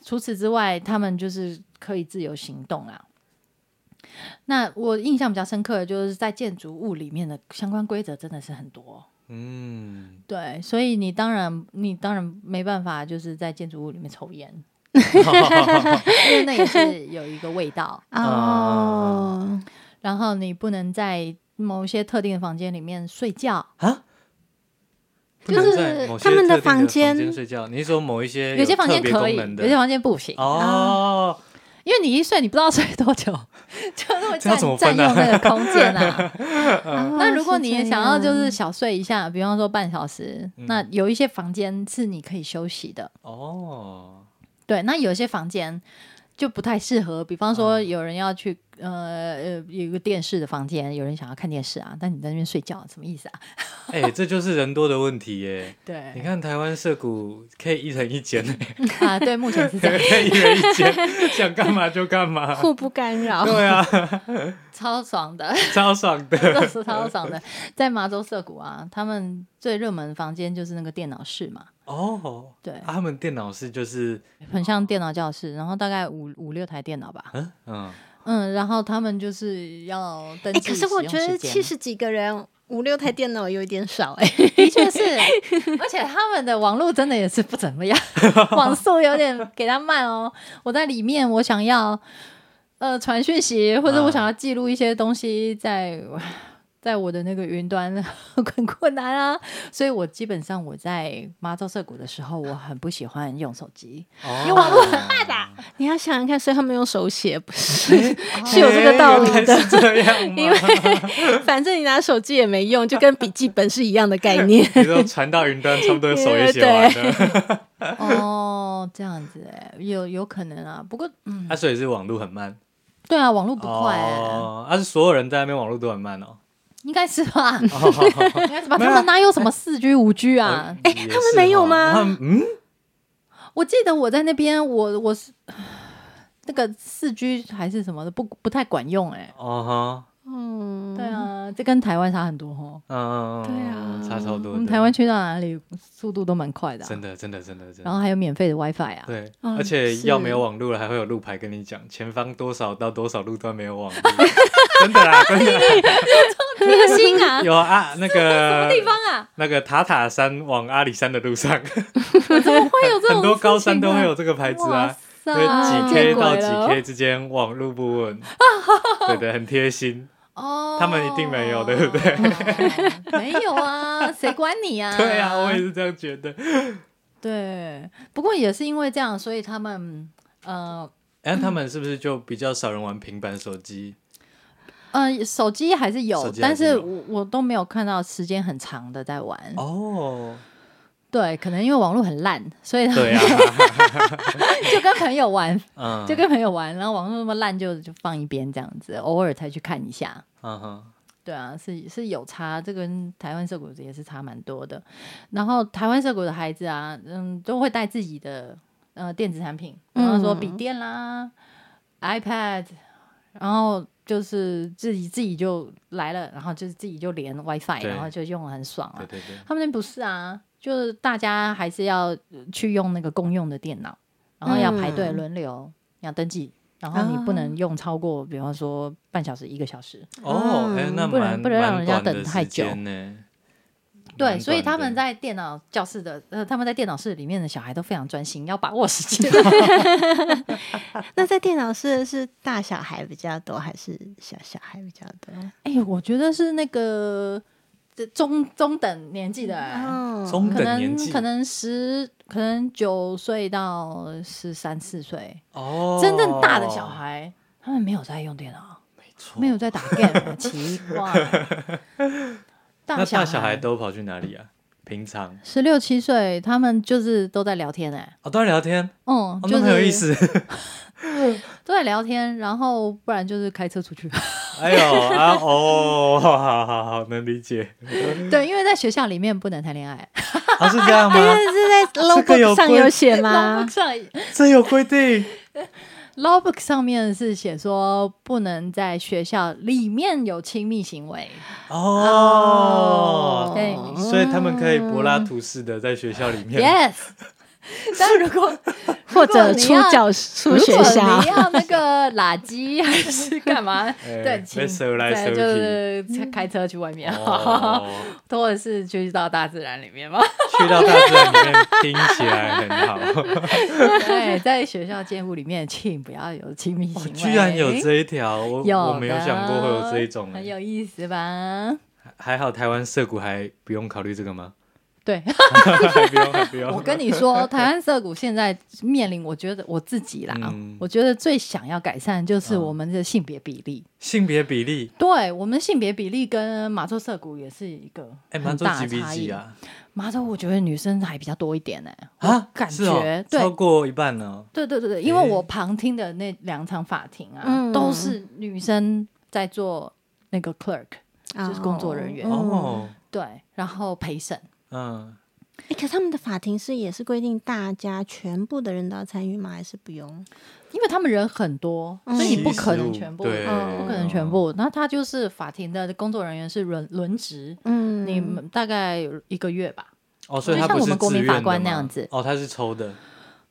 [SPEAKER 2] 除此之外，他们就是可以自由行动啦。那我印象比较深刻的就是在建筑物里面的相关规则真的是很多，
[SPEAKER 3] 嗯，
[SPEAKER 2] 对，所以你当然你当然没办法就是在建筑物里面抽 烟，因为那也是有一个味道。
[SPEAKER 3] 嗯
[SPEAKER 1] 嗯哦，
[SPEAKER 2] 然后你不能在某一些特定的房间里面睡觉，
[SPEAKER 3] 啊不能在某些
[SPEAKER 1] 他们的
[SPEAKER 3] 特定的
[SPEAKER 1] 房间
[SPEAKER 3] 间睡觉。你是说某一些
[SPEAKER 2] 有些房间
[SPEAKER 3] 哎特别
[SPEAKER 2] 可以，
[SPEAKER 3] 功能的
[SPEAKER 2] 有些啊房间不行，
[SPEAKER 3] 哦，
[SPEAKER 2] 因为你一睡你不知道睡多久，就是会
[SPEAKER 3] 这要
[SPEAKER 2] 占
[SPEAKER 3] 怎么
[SPEAKER 2] 占
[SPEAKER 3] 分啊
[SPEAKER 2] 用那个空间啊。 那
[SPEAKER 1] 那
[SPEAKER 2] 如果你也想要就是小睡一下，比方说半小时，
[SPEAKER 3] 嗯
[SPEAKER 2] 那有一些房间是你可以休息的，
[SPEAKER 3] 哦，
[SPEAKER 2] 对。那有一些房间就不太适合，比
[SPEAKER 1] 嗯
[SPEAKER 2] 方说有人要去、呃呃有一个电视的房间，有人想要看电视啊，但你在那边睡觉，什么意思啊？
[SPEAKER 3] 哎、这就是人多的问 题耶。你
[SPEAKER 2] 对
[SPEAKER 3] 看台湾社谷可以一人一间，
[SPEAKER 2] 啊，对，目前是这
[SPEAKER 3] 可
[SPEAKER 2] 样，
[SPEAKER 3] 以一人一间， 想干嘛就 干嘛，
[SPEAKER 1] 互不干扰，
[SPEAKER 3] 对啊，
[SPEAKER 2] 超爽的，
[SPEAKER 3] 超爽的。
[SPEAKER 2] 都是超爽的。在麻州涩谷啊，他们最热门的房间就是那个电脑室嘛，
[SPEAKER 3] 哦，
[SPEAKER 2] 对
[SPEAKER 3] 啊他们电脑是就是，
[SPEAKER 2] 很像电脑教室，然后大概五五六台电脑吧，
[SPEAKER 3] 嗯嗯，
[SPEAKER 2] 嗯，然后他们就是要登
[SPEAKER 1] 哎、
[SPEAKER 2] 记
[SPEAKER 1] 可
[SPEAKER 2] 使
[SPEAKER 1] 是
[SPEAKER 2] 用
[SPEAKER 1] 我
[SPEAKER 2] 时间。
[SPEAKER 1] 觉得七十几个人，五六台电脑有一点少哎、
[SPEAKER 2] 的确是，而且他们的网络真的也是不怎 么样，网速有点给他慢哦。我在里面，我想要呃传讯息，或者我想要记录一些东西在、 在我的那个云端 很困难啊，所以我基本上我在妈造社谷的时候，我很不喜欢用手 机，
[SPEAKER 3] 因为网络很慢的、
[SPEAKER 1] 你要想想看，所以他们用手写不 是？
[SPEAKER 2] 是有这个道理的
[SPEAKER 1] 哦
[SPEAKER 3] 哎原来是这样吗？。
[SPEAKER 1] 因为反正你拿手机也没用，就跟笔记本是一样的概念
[SPEAKER 3] 你都传到云端，差不多手也写完了。
[SPEAKER 2] 哦，这样子、欸、有有可能啊，不过嗯，
[SPEAKER 3] 啊，所以是网络很慢，
[SPEAKER 2] 对啊，网络不快、欸，
[SPEAKER 3] 哦，啊，是所有人在那边网络都很慢哦。
[SPEAKER 2] 应该是 吧，
[SPEAKER 3] 哦
[SPEAKER 2] 应该是吧，
[SPEAKER 3] 没
[SPEAKER 2] 他
[SPEAKER 3] 有啊
[SPEAKER 2] 们哪有什么四 G 五 G 啊？
[SPEAKER 3] 哎，
[SPEAKER 1] 他们没有吗
[SPEAKER 3] 他们嗯，
[SPEAKER 2] 我记得我在那边，我我是那个四 G 还是什么的，不不太管用哎、
[SPEAKER 3] 哦
[SPEAKER 1] 嗯，
[SPEAKER 2] 对啊，这跟台湾差很多哦。
[SPEAKER 3] 哈，嗯，
[SPEAKER 1] 对啊
[SPEAKER 3] 差超多的。
[SPEAKER 2] 我们台湾去到哪里，速度都蛮快的啊、
[SPEAKER 3] 真的真的真的真
[SPEAKER 2] 然
[SPEAKER 3] 的。
[SPEAKER 2] 后还有免费的 WiFi 啊。
[SPEAKER 3] 对，
[SPEAKER 1] 嗯
[SPEAKER 3] 而且
[SPEAKER 1] 是
[SPEAKER 3] 要没有网络了，还会有路牌跟你讲前方多少到多少路 段没有网络，真的啦，真的啦，
[SPEAKER 2] 贴心啊
[SPEAKER 3] 有啊，那个
[SPEAKER 2] 地方啊，
[SPEAKER 3] 那个塔塔山往阿里山的路上，
[SPEAKER 2] 会有这种
[SPEAKER 3] 很多高山都会
[SPEAKER 2] 有
[SPEAKER 3] 有这个牌子
[SPEAKER 2] 哇
[SPEAKER 3] 啊，
[SPEAKER 2] 塞，
[SPEAKER 3] 所以几
[SPEAKER 2] 见
[SPEAKER 3] K
[SPEAKER 2] 鬼
[SPEAKER 3] 到
[SPEAKER 2] 了
[SPEAKER 3] 几 K 之间网路不 稳，对对，很贴心。
[SPEAKER 2] 哦，
[SPEAKER 3] 他们一定没有对不
[SPEAKER 2] 对？ 没有啊，谁管你啊？
[SPEAKER 3] 对啊，我也是这样觉得。
[SPEAKER 2] 对，不过也是因为这样，所以他们呃
[SPEAKER 3] 哎，他们是不是就比较少人玩平板手机？
[SPEAKER 2] 呃，手机还是有，
[SPEAKER 3] 手机还
[SPEAKER 2] 但
[SPEAKER 3] 是
[SPEAKER 2] 是
[SPEAKER 3] 有
[SPEAKER 2] 我我都没有看到时间很长的在玩。
[SPEAKER 3] 哦，
[SPEAKER 2] 对，可能因为网络很烂，所以他
[SPEAKER 3] 对啊，
[SPEAKER 2] 就跟朋友玩，
[SPEAKER 3] 嗯，
[SPEAKER 2] 就跟朋友玩，然后网络那么烂就就放一边这样子，偶尔才去看一下。
[SPEAKER 3] 嗯哼，
[SPEAKER 2] 对啊，是是有差，这跟台湾社谷也是差蛮多的。然后台湾社谷的孩子啊，嗯，都会带自己的呃电子产品，比方说笔电啦、iPad，然后就是自己自己就来了，然后就是自己就连 WiFi，
[SPEAKER 3] 对
[SPEAKER 2] 然后就用得很爽啊
[SPEAKER 3] 嗯对。对对，
[SPEAKER 2] 他们那边不是啊，就是大家还是要呃去用那个公用的电脑，然后要排队
[SPEAKER 1] 嗯
[SPEAKER 2] 轮流，要登记，然后你不能用超过，比方说半小时、一个小时。
[SPEAKER 3] 哦，哎，那
[SPEAKER 2] 不能
[SPEAKER 3] 蛮
[SPEAKER 2] 不能让
[SPEAKER 3] 蛮
[SPEAKER 2] 人家
[SPEAKER 3] 短的
[SPEAKER 2] 等太
[SPEAKER 3] 时
[SPEAKER 2] 久
[SPEAKER 3] 间呢。
[SPEAKER 2] 对，
[SPEAKER 3] 蛮
[SPEAKER 2] 所以
[SPEAKER 3] 短
[SPEAKER 2] 他
[SPEAKER 3] 的
[SPEAKER 2] 们在电脑教室的，呃，他们在电脑室里面的小孩都非常专心，要把握时间。
[SPEAKER 1] 那在电脑室是大小孩比较多，还是小小孩比较多？
[SPEAKER 2] 哎、我觉得是那个这中中等年纪的、哎
[SPEAKER 1] 哦，
[SPEAKER 3] 中
[SPEAKER 2] 可
[SPEAKER 3] 等年
[SPEAKER 2] 能
[SPEAKER 3] 纪
[SPEAKER 2] 可能十，可能九岁到十三四岁，
[SPEAKER 3] 哦，
[SPEAKER 2] 真正大的小孩，他们没有在用电脑，
[SPEAKER 3] 没错
[SPEAKER 2] 没有在打 game，奇啊 怪。
[SPEAKER 3] 那
[SPEAKER 2] 小
[SPEAKER 3] 大小孩都跑去哪里啊？平常
[SPEAKER 2] 十六七岁，他们就是都在聊天哎、
[SPEAKER 3] 哦，都在聊天，
[SPEAKER 2] 嗯
[SPEAKER 3] 哦，，
[SPEAKER 2] 就
[SPEAKER 3] 那
[SPEAKER 2] 是
[SPEAKER 3] 很有 意思。
[SPEAKER 2] 都在聊天，然后不然就是开车出 去。
[SPEAKER 3] 哎呦啊哦，好好好好，能理解。
[SPEAKER 2] 对，因为在学校里面不能谈恋爱，
[SPEAKER 3] 啊，是这样 吗？
[SPEAKER 2] 哎
[SPEAKER 1] 但是在
[SPEAKER 3] 有
[SPEAKER 1] logbook 上
[SPEAKER 3] 规
[SPEAKER 1] 有写
[SPEAKER 2] 捞
[SPEAKER 1] 吗
[SPEAKER 2] book？上
[SPEAKER 3] 这有规定
[SPEAKER 2] law book 上面是写说不能在学校里面有亲密行为。
[SPEAKER 3] 哦。
[SPEAKER 2] 对
[SPEAKER 3] 所以他们可以柏拉图式的在学校里面
[SPEAKER 2] Yes，但如果
[SPEAKER 1] 或者
[SPEAKER 2] 如果你
[SPEAKER 1] 出
[SPEAKER 2] 要
[SPEAKER 1] 教 出
[SPEAKER 2] 如
[SPEAKER 1] 学
[SPEAKER 2] 果
[SPEAKER 1] 校
[SPEAKER 2] 你，要那个垃圾还是干嘛，
[SPEAKER 3] 哎
[SPEAKER 2] 对，请
[SPEAKER 3] 被收来收
[SPEAKER 2] 对
[SPEAKER 3] 去
[SPEAKER 2] 就是开车去外 面，
[SPEAKER 3] 哦，
[SPEAKER 2] 或者是去到大自然里面 嘛。
[SPEAKER 3] 去到大自然里面，听起来很好。哦
[SPEAKER 2] 对，在学校建筑里面，请不要有亲密行为。
[SPEAKER 3] 哦居然有这一条，我
[SPEAKER 2] 有
[SPEAKER 3] 我没有
[SPEAKER 2] 的
[SPEAKER 3] 想过会有这一种、
[SPEAKER 2] 很
[SPEAKER 3] 欸。
[SPEAKER 2] 有意思吧？
[SPEAKER 3] 还好台湾社股还不用考虑这个 吗？
[SPEAKER 2] 对，
[SPEAKER 3] 还不用，还不用。
[SPEAKER 2] 我跟你说，台湾涩谷现在面临，我觉得我自己啦，
[SPEAKER 3] 嗯
[SPEAKER 2] 我觉得最想要改善就是
[SPEAKER 3] 嗯
[SPEAKER 2] 我们的性别比例。
[SPEAKER 3] 性别比例，
[SPEAKER 2] 对我们性别比例跟马州涩谷也是一个
[SPEAKER 3] 哎、蛮
[SPEAKER 2] 很
[SPEAKER 3] 多
[SPEAKER 2] 大
[SPEAKER 3] 几
[SPEAKER 2] 的
[SPEAKER 3] 比
[SPEAKER 2] 差异。
[SPEAKER 3] 几啊？
[SPEAKER 2] 马州我觉得女生还比较多一点呢、
[SPEAKER 3] 啊，
[SPEAKER 2] 感
[SPEAKER 3] 是哦
[SPEAKER 2] 觉对
[SPEAKER 3] 超过一半哦呢、
[SPEAKER 2] 对对对对，因为我旁听的那两场法庭啊，
[SPEAKER 1] 嗯
[SPEAKER 2] 都是女生在做那个 clerk，就是工作人员
[SPEAKER 1] 哦
[SPEAKER 3] 哦，
[SPEAKER 2] 对，然后陪审。
[SPEAKER 3] 嗯，
[SPEAKER 1] 哎、可他们的法庭是也是规定大家全部的人都要参与吗？还是不用？
[SPEAKER 2] 因为他们人很多，所以你不可能
[SPEAKER 3] 75
[SPEAKER 2] 全部，
[SPEAKER 3] 对，啊
[SPEAKER 1] 嗯
[SPEAKER 2] 不可能全。部。那他就是法庭的工作人员是轮轮值，
[SPEAKER 1] 嗯
[SPEAKER 2] 你们大概一个月吧。
[SPEAKER 3] 哦，所以
[SPEAKER 2] 就
[SPEAKER 3] 他
[SPEAKER 2] 像
[SPEAKER 3] 不
[SPEAKER 2] 我
[SPEAKER 3] 是
[SPEAKER 2] 们国
[SPEAKER 3] 自
[SPEAKER 2] 民
[SPEAKER 3] 愿
[SPEAKER 2] 法
[SPEAKER 3] 的
[SPEAKER 2] 官那
[SPEAKER 3] 吗
[SPEAKER 2] 样子
[SPEAKER 3] 哦，他是抽的，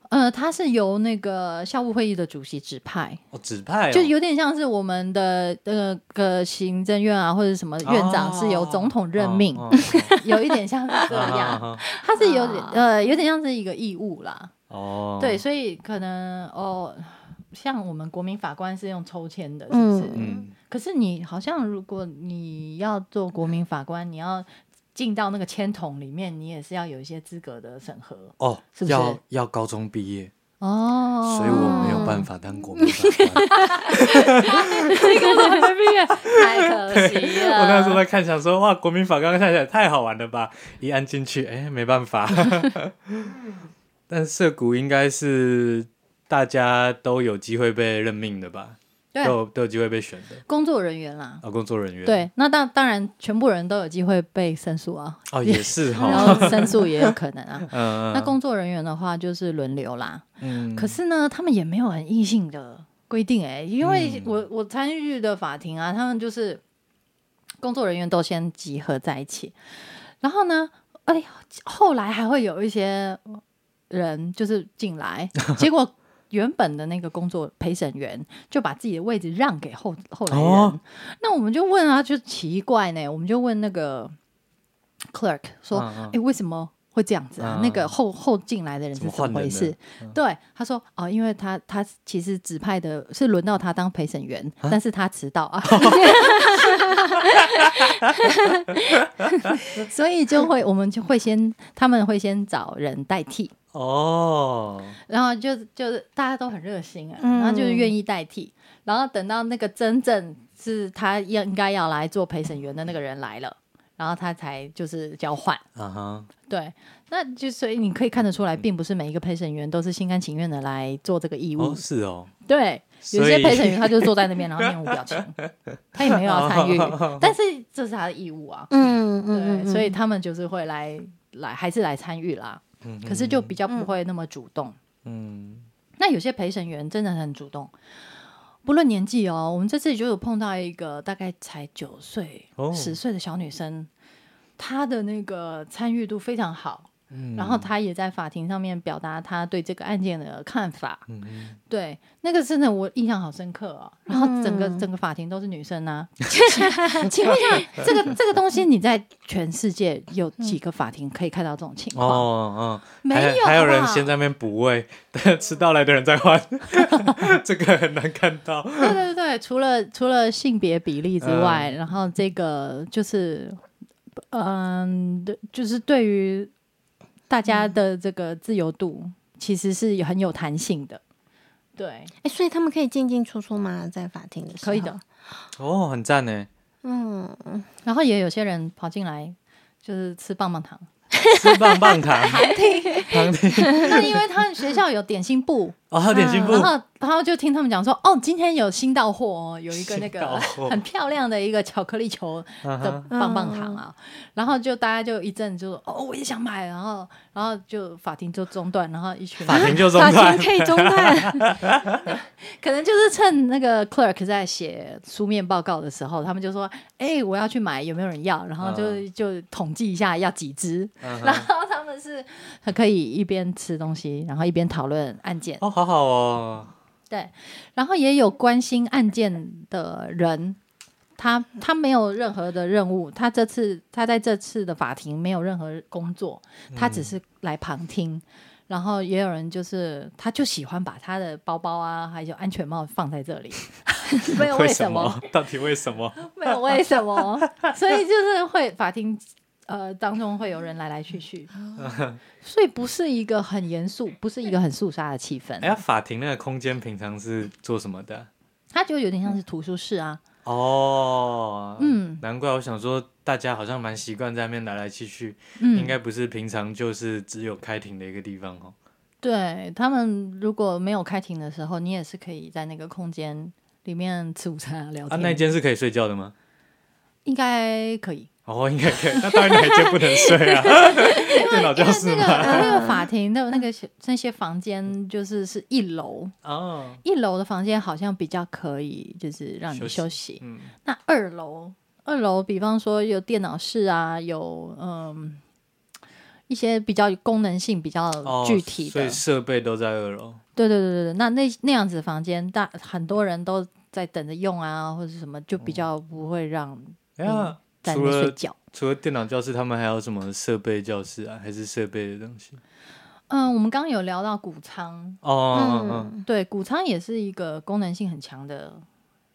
[SPEAKER 2] 呃，它是由那个校务会议的主席指派，
[SPEAKER 3] 哦，指派、哦、
[SPEAKER 2] 就有点像是我们的呃那个行政院啊，或者什么院长是由总统任命，
[SPEAKER 3] 哦哦哦
[SPEAKER 2] 有一点像 是这样，
[SPEAKER 3] 哦
[SPEAKER 2] 它是有点呃，有点像是一个义务啦。
[SPEAKER 3] 哦，
[SPEAKER 2] 对，所以可能哦，像我们国民法官是用抽签的，是不是？
[SPEAKER 3] 嗯，
[SPEAKER 2] 可是你好像如果你要做国民法官，你要进到那个签筒里面，你也是要有一些资格的审核
[SPEAKER 3] 哦，
[SPEAKER 2] 是不是
[SPEAKER 3] 要要高中毕业，
[SPEAKER 2] 哦
[SPEAKER 3] 所以我 没有办法当国民法官。
[SPEAKER 2] 太可惜了。
[SPEAKER 3] 我那时候在看，想说哇，国民法刚刚看起来太好玩了吧？一按进去，哎、没办法。 但涉谷应该是大家都有机会被任命的吧？
[SPEAKER 2] 对
[SPEAKER 3] 都有都有机会被选的
[SPEAKER 2] 工作人员啦，
[SPEAKER 3] 啊，工作人员。，
[SPEAKER 2] 对，那当当然全部人都有机会被申诉啊，
[SPEAKER 3] 哦，也 是
[SPEAKER 2] 然
[SPEAKER 3] 哈，。
[SPEAKER 2] 后申诉也有可能啊
[SPEAKER 3] 嗯，
[SPEAKER 2] 那工作人员的话就是轮流啦，
[SPEAKER 3] 嗯，
[SPEAKER 2] 可是呢，他们也没有很硬性的规定哎、因
[SPEAKER 3] 嗯
[SPEAKER 2] 为我、我参与的法庭啊，他们就是工作人员都先集合在一起，然后呢，哎，后来还会有一些人就是进 来，结果原本的那个工作陪审员就把自己的位置让给后后来人，
[SPEAKER 3] 哦
[SPEAKER 2] 那我们就问啊，就奇怪呢，我们就问那个 clerk 说，哎、
[SPEAKER 3] 嗯嗯
[SPEAKER 2] 为什么？会这样子啊？
[SPEAKER 3] 嗯
[SPEAKER 2] 那个后后进来的人是
[SPEAKER 3] 怎么换
[SPEAKER 2] 怎么回
[SPEAKER 3] 人
[SPEAKER 2] 事
[SPEAKER 3] 的？
[SPEAKER 2] 对，他说哦，因为他他其实指派的是轮到他当陪审员，但是他迟到啊， 所以就会我们就会先他们会先找人代替，
[SPEAKER 3] 哦，
[SPEAKER 2] 然后就就是大家都很热心啊，
[SPEAKER 1] 嗯
[SPEAKER 2] 然后就是愿意代替，然后等到那个真正是他应该要来做陪审员的那个人来了，然后他才就是交换。
[SPEAKER 3] 啊哈，
[SPEAKER 2] 对，那就所以你可以看得出来，
[SPEAKER 3] 嗯
[SPEAKER 2] 并不是每一个陪审员都是心甘情愿的来做这个义务。
[SPEAKER 3] 哦是哦，
[SPEAKER 2] 对，有
[SPEAKER 3] 所
[SPEAKER 2] 些
[SPEAKER 3] 以
[SPEAKER 2] 陪审员他就坐在那边，然后面无表 情，他也没有要参与，
[SPEAKER 3] 哦
[SPEAKER 2] 但是这是他的义务啊。
[SPEAKER 1] 嗯
[SPEAKER 2] 对，
[SPEAKER 1] 嗯，
[SPEAKER 2] 所以他们就是会来来，还是来参与啦。
[SPEAKER 3] 嗯
[SPEAKER 2] 可是就比较不会那么主动。
[SPEAKER 3] 嗯
[SPEAKER 2] 那有些陪审员真的很主动，不论年纪哦，我们这次就有碰到一个大概才九岁、
[SPEAKER 3] 哦
[SPEAKER 2] 十岁的小女生，她的那个参与度非常好，
[SPEAKER 3] 嗯
[SPEAKER 2] 然后她也在法庭上面表达她对这个案件的看法，
[SPEAKER 3] 嗯嗯
[SPEAKER 2] 对那个真的我印象好深刻哦。然后整个、
[SPEAKER 1] 嗯
[SPEAKER 2] 整个法庭都是女生 啊，请问一下，这个这个东西你在全世界有几个法庭可以看到这种情
[SPEAKER 3] 哦
[SPEAKER 2] 况？
[SPEAKER 3] 哦，
[SPEAKER 2] 没
[SPEAKER 3] 还
[SPEAKER 2] 有，
[SPEAKER 3] 还有人
[SPEAKER 2] 好不好
[SPEAKER 3] 先在那边补位， 但迟到来的人在换， 这个很难看到。
[SPEAKER 2] 对对对，除了除了性别比例之外，然后这个就是，嗯，对就是对于大家的这个自由度，其实是很有弹性的。对，
[SPEAKER 1] 哎，所以他们可以进进出出吗？在法庭的时候
[SPEAKER 2] 可以的。
[SPEAKER 3] 哦，很赞呢！
[SPEAKER 1] 嗯，
[SPEAKER 2] 然后也有些人跑进来就是吃棒棒糖，
[SPEAKER 3] 吃棒棒糖，旁听，旁听。
[SPEAKER 2] 那因为他们学校有点心 部，
[SPEAKER 3] 哦，还有点心
[SPEAKER 2] 嗯
[SPEAKER 3] 部
[SPEAKER 2] 然，后然后就听他们讲说，哦，今天有新到货哦，有一个那
[SPEAKER 3] 新
[SPEAKER 2] 个
[SPEAKER 3] 到货
[SPEAKER 2] 很漂亮的一个巧克力球
[SPEAKER 3] 嗯
[SPEAKER 2] 的
[SPEAKER 3] 哼
[SPEAKER 2] 棒棒糖啊，然后就大家就一阵就说，哦，我也想买，然后然后就法庭就中断，然后一群
[SPEAKER 3] 法庭就中
[SPEAKER 1] 法
[SPEAKER 3] 断
[SPEAKER 1] 庭。可以中断，
[SPEAKER 2] 可能就是趁那个 clerk 在写书面报告的时候，他们就说，哎，我要去买，有没有人要？然后就、
[SPEAKER 3] 嗯
[SPEAKER 2] 就统计一下要几只，
[SPEAKER 3] 嗯
[SPEAKER 2] 然
[SPEAKER 3] 哼
[SPEAKER 2] 后他们是可以一边吃东西，然后一边讨论案件。
[SPEAKER 3] 哦，好好哦，
[SPEAKER 2] 对，然后也有关心案件的人，他他没有任何的任务，他这次他在这次的法庭没有任何工作，他只是来旁听。然后也有人就是，他就喜欢把他的包包啊，还有安全帽放在 这里，没有为
[SPEAKER 3] 为
[SPEAKER 2] 什么，
[SPEAKER 3] 么？到底为什么？
[SPEAKER 2] 没有为什 么，所以就是会法庭呃当中会有人来来去 去，所以不是一个很严肃，不是一个很肃杀的气氛
[SPEAKER 3] 哎。呀，法庭那个空间平常是做什么的？
[SPEAKER 2] 它就有点像是图书室啊，
[SPEAKER 3] 哦，
[SPEAKER 2] 嗯
[SPEAKER 3] 难怪我想说，大家好像蛮习惯在那边来来去去，
[SPEAKER 2] 嗯，
[SPEAKER 3] 应该不是平常就是只有开庭的一个地方哦。
[SPEAKER 2] 对他们如果没有开庭的时候，你也是可以在那个空间里面吃午餐啊、聊
[SPEAKER 3] 啊，
[SPEAKER 2] 天。
[SPEAKER 3] 那一间是可以睡觉的吗？
[SPEAKER 2] 应该可以，
[SPEAKER 3] 哦，应该可以。 那当然哪一间不能睡啊？电脑
[SPEAKER 2] 因
[SPEAKER 3] 教
[SPEAKER 2] 为
[SPEAKER 3] 室
[SPEAKER 2] 那个呃
[SPEAKER 3] 吗？
[SPEAKER 2] 那 个法庭的那个小那些房间就是是一楼，
[SPEAKER 3] 哦，
[SPEAKER 2] 一楼的房间好像比较可以，就是让你
[SPEAKER 3] 休
[SPEAKER 2] 休
[SPEAKER 3] 息
[SPEAKER 2] 息。
[SPEAKER 3] 嗯，
[SPEAKER 2] 那二楼，二楼比方说有电脑室啊，有嗯。一些比较功能性比较
[SPEAKER 3] 哦，
[SPEAKER 2] 具体
[SPEAKER 3] 所
[SPEAKER 2] 的。
[SPEAKER 3] 以设备都在二楼。
[SPEAKER 2] 对对对对对，那那那样子的房间，大很多人都在等着用啊，或者是什么，就比较不会让
[SPEAKER 3] 哎呀，
[SPEAKER 2] 嗯在那
[SPEAKER 3] 嗯除
[SPEAKER 2] 边睡
[SPEAKER 3] 了
[SPEAKER 2] 觉。
[SPEAKER 3] 除了电脑教室，他们还有什么设备教室啊？还是设备的东西？
[SPEAKER 2] 嗯，我们刚刚有聊到谷仓，
[SPEAKER 3] 哦，嗯嗯，
[SPEAKER 1] 嗯，
[SPEAKER 2] 对，谷仓也是一个功能性很强的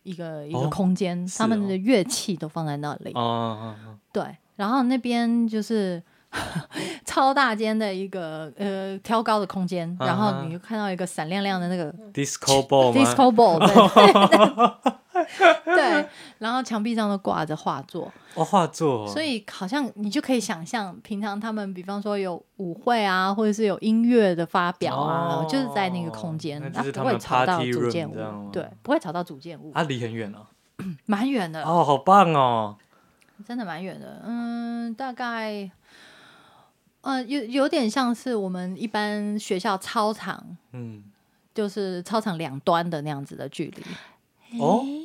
[SPEAKER 2] 一个一个
[SPEAKER 3] 哦
[SPEAKER 2] 空间，
[SPEAKER 3] 是
[SPEAKER 2] 他们
[SPEAKER 3] 哦
[SPEAKER 2] 的乐器都放在那里。
[SPEAKER 3] 哦哦哦，
[SPEAKER 2] 对，然后那边就是 超大间的一个呃挑高的空间，然
[SPEAKER 3] 啊
[SPEAKER 2] 后
[SPEAKER 3] 哈
[SPEAKER 2] 你就看到一个闪亮亮的那个
[SPEAKER 3] 哦 disco ball 吗
[SPEAKER 2] disco ball，对 对对，然后墙壁上都挂着画作，
[SPEAKER 3] 哦，画作哦，
[SPEAKER 2] 所以好像你就可以想象，平常他们比方说有舞会啊，或者是有音乐的发表啊，
[SPEAKER 3] 哦
[SPEAKER 2] 就是在那个空间
[SPEAKER 3] 那，就
[SPEAKER 2] 那
[SPEAKER 3] 是
[SPEAKER 2] 不
[SPEAKER 3] 他
[SPEAKER 2] 会
[SPEAKER 3] 们
[SPEAKER 2] 吵到
[SPEAKER 3] party
[SPEAKER 2] 主
[SPEAKER 3] room，
[SPEAKER 2] 建
[SPEAKER 3] 这样
[SPEAKER 2] 物
[SPEAKER 3] 吗，
[SPEAKER 2] 对，不会吵到主建物，
[SPEAKER 3] 啊，离很远哦，
[SPEAKER 2] 蛮远的，
[SPEAKER 3] 哦，好棒哦，
[SPEAKER 2] 真的蛮远的，嗯，大概，呃，有有点像是我们一般学校操场，
[SPEAKER 3] 嗯，
[SPEAKER 2] 就是操场两端的那样子的距离，
[SPEAKER 3] 哦
[SPEAKER 1] 诶嗯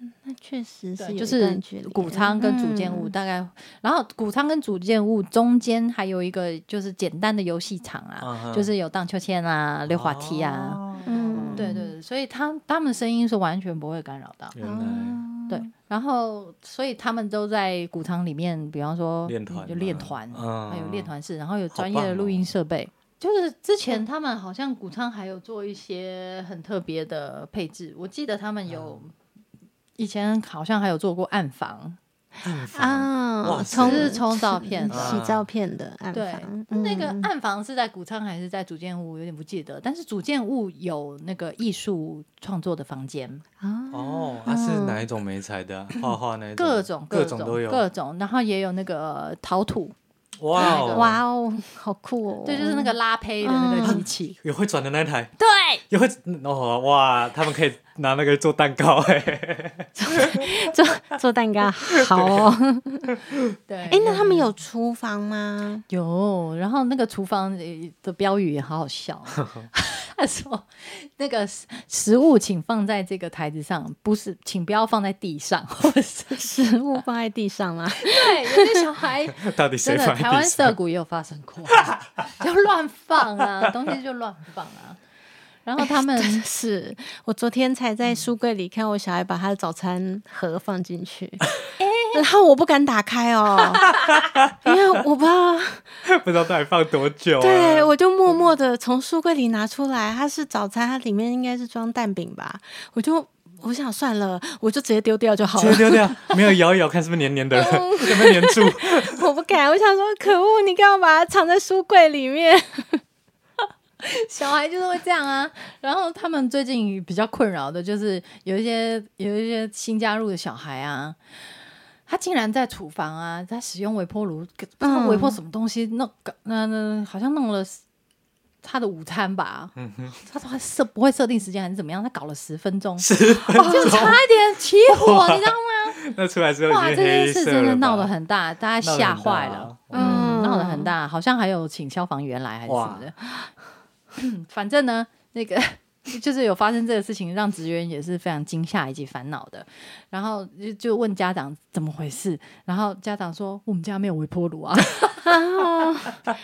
[SPEAKER 1] 哎那确实是
[SPEAKER 2] 对，
[SPEAKER 1] 有
[SPEAKER 2] 就
[SPEAKER 1] 一段
[SPEAKER 2] 是
[SPEAKER 1] 距离
[SPEAKER 2] 谷
[SPEAKER 1] 的
[SPEAKER 2] 仓跟主建物
[SPEAKER 1] 嗯
[SPEAKER 2] 大概，然后谷仓跟主建物中间还有一个就是简单的游戏场啊，
[SPEAKER 3] 啊哈
[SPEAKER 2] 就是有荡秋千啊、溜滑梯啊，
[SPEAKER 3] 哦
[SPEAKER 1] 嗯
[SPEAKER 2] 对对对，所以他他们的声音是完全不会干扰到。
[SPEAKER 3] 原来
[SPEAKER 1] 哦
[SPEAKER 2] 对，然后所以他们都在谷仓里面，比方说
[SPEAKER 3] 练
[SPEAKER 2] 嗯
[SPEAKER 3] 团
[SPEAKER 2] 就
[SPEAKER 3] 嘛
[SPEAKER 2] 练团，
[SPEAKER 3] 嗯
[SPEAKER 2] 还有练团室，然后有
[SPEAKER 3] 好
[SPEAKER 2] 专业的
[SPEAKER 3] 棒
[SPEAKER 2] 录
[SPEAKER 3] 哦嗯
[SPEAKER 2] 音设备。就是之前他们好像谷仓还有做一些很特别的配置，我记得他们有、
[SPEAKER 3] 嗯
[SPEAKER 2] 以前好像还有做过暗房，
[SPEAKER 1] 啊，
[SPEAKER 3] 哇
[SPEAKER 1] 从嗯
[SPEAKER 2] 就是从照片
[SPEAKER 3] 啊
[SPEAKER 1] 洗照片的暗
[SPEAKER 2] 对
[SPEAKER 1] 房，
[SPEAKER 2] 那个
[SPEAKER 1] 嗯
[SPEAKER 2] 暗房是在谷仓还是在主建物，有点不记得。但是主建物有那个艺术创作的房间，
[SPEAKER 1] 啊，
[SPEAKER 3] 哦，它、是哪一种媒材的啊、画画那一
[SPEAKER 2] 嗯
[SPEAKER 3] 种，
[SPEAKER 2] 各种
[SPEAKER 3] 各
[SPEAKER 2] 种
[SPEAKER 3] 种都有，
[SPEAKER 2] 各种，然后也有那个陶土，
[SPEAKER 3] 哇哦
[SPEAKER 1] 哇哦，好酷哦！
[SPEAKER 2] 对，就是那个拉胚的那个机器。
[SPEAKER 3] 有会转的那一台，
[SPEAKER 2] 对，
[SPEAKER 3] 有会哦哇，他们可以拿那个做蛋糕哎、
[SPEAKER 1] 做做蛋糕，好哦。
[SPEAKER 2] 对， 哎
[SPEAKER 1] 哎，那他们有厨房 吗？
[SPEAKER 2] 有，然后那个厨房呃的标语也好好笑，啊 他说那个食食物请放在这个台子上，不是，请不要放在地上，或者是
[SPEAKER 1] 食物放在地上吗？
[SPEAKER 2] 对，有些小 孩
[SPEAKER 3] 到底
[SPEAKER 2] 真
[SPEAKER 3] 谁
[SPEAKER 2] 的
[SPEAKER 3] 放在
[SPEAKER 2] 台湾
[SPEAKER 3] 地上
[SPEAKER 2] 涩谷也有发生 过，就乱放啊，东西就乱放啊，然后他 们
[SPEAKER 1] 真的 是，我昨天才在书柜里看我小孩把他的早餐盒放进 去，然后我不敢打开哦，因为我不知 道，
[SPEAKER 3] 不知道到底放多久、啊？
[SPEAKER 1] 对我就默默的从书柜里拿出来，它是早餐，它里面应该是装蛋饼吧，我就我想算了，我就直接丢掉就好
[SPEAKER 3] 直接
[SPEAKER 1] 了，
[SPEAKER 3] 丢掉，没有摇 一摇看是不是黏黏的，有没有黏住？
[SPEAKER 1] 我不敢，我想说可恶，你干嘛把它藏在书柜里面？
[SPEAKER 2] 小孩就是会这样啊。然后他们最近比较困扰的就是有一些有一些新加入的小孩啊，他竟然在厨房啊，在使用微波炉，不知道
[SPEAKER 3] 嗯
[SPEAKER 2] 微波什么东西弄，那那好像弄了。他的午餐吧，
[SPEAKER 3] 嗯
[SPEAKER 2] 他说他设不会设定时间还是怎么样，他搞了十分钟，
[SPEAKER 3] 十分
[SPEAKER 2] 就差一点起火，你知道 吗？
[SPEAKER 3] 那出来之后
[SPEAKER 2] 哇，
[SPEAKER 3] 已
[SPEAKER 2] 这
[SPEAKER 3] 经
[SPEAKER 2] 件
[SPEAKER 3] 黑
[SPEAKER 2] 事
[SPEAKER 3] 色
[SPEAKER 2] 真的
[SPEAKER 3] 了吧
[SPEAKER 2] 闹得很大，大家吓坏了。， 嗯，闹得很大，好像还有请消防员来还是什么的。嗯反正呢，那个 就是有发生这个事情，让职员也是非常惊吓以及烦恼的。然后就就问家长怎么回事，然后家长说我们家没有微波炉啊。
[SPEAKER 1] 哦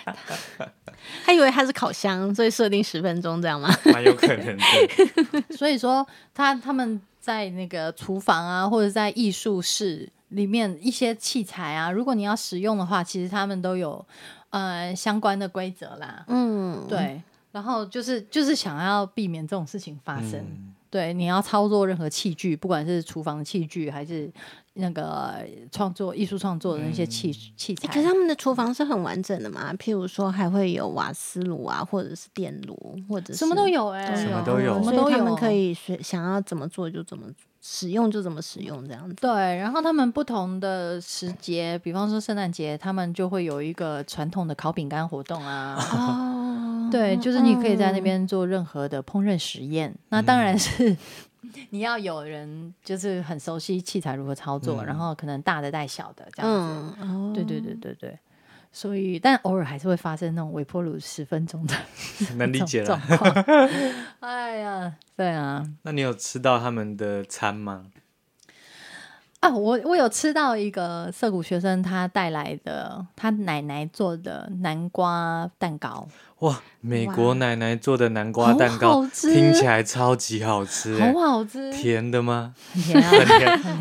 [SPEAKER 1] 他以为它是烤箱，所以设定十分钟这样吗？
[SPEAKER 3] 大，蛮有可能的。
[SPEAKER 2] 所以说他他们在那个厨房啊，或者在艺术室里面一些器材啊，如果你要使用的话，其实他们都有呃相关的规则啦。
[SPEAKER 1] 嗯，
[SPEAKER 2] 对，然后就是就是想要避免这种事情发 生。
[SPEAKER 3] 嗯
[SPEAKER 2] 对，你要操作任何器具，不管是厨房的器具还是那个创作艺术创作的那些器、
[SPEAKER 3] 嗯
[SPEAKER 2] 器
[SPEAKER 1] 欸可是
[SPEAKER 2] 材。
[SPEAKER 1] 他们的厨
[SPEAKER 2] 嗯
[SPEAKER 1] 房是很完整的嘛？譬如说，还会有瓦斯炉啊，或者是电炉，或者是
[SPEAKER 2] 什么都有哎、
[SPEAKER 1] 对啊
[SPEAKER 3] 什么
[SPEAKER 2] 有
[SPEAKER 3] 都有
[SPEAKER 2] 什么
[SPEAKER 1] 所以
[SPEAKER 2] 都有，哦
[SPEAKER 1] 他们可以学想要怎么做就怎么使用就怎么使用这样子。
[SPEAKER 2] 对。然后他们不同的时节，比方说圣诞节，他们就会有一个传统的烤饼干活动啊，
[SPEAKER 1] 哦，嗯
[SPEAKER 2] 对，就是你可以在那边做任何的烹饪实验。那当
[SPEAKER 3] 嗯
[SPEAKER 2] 然是你要有人就是很熟悉器材如何操
[SPEAKER 3] 嗯
[SPEAKER 2] 作，然后可能大的带小的这样子。
[SPEAKER 1] 嗯，哦，
[SPEAKER 2] 对对对对对。所以，但偶尔还是会发生那种微波炉十分钟的
[SPEAKER 3] 能理解
[SPEAKER 2] 这种
[SPEAKER 3] 了。
[SPEAKER 2] 状况。哎呀，对啊，
[SPEAKER 3] 那你有吃到他们的餐吗？
[SPEAKER 2] 啊，我我有吃到一个涩谷学生他带来的他奶奶做的南瓜蛋糕，
[SPEAKER 3] 哇，美国
[SPEAKER 1] 哇
[SPEAKER 3] 奶奶做的南瓜蛋
[SPEAKER 2] 好
[SPEAKER 3] 糕
[SPEAKER 2] 好吃
[SPEAKER 3] 听起来超级好吃、欸，
[SPEAKER 2] 好好吃，
[SPEAKER 3] 甜 的吗？
[SPEAKER 2] 很甜啊
[SPEAKER 3] 很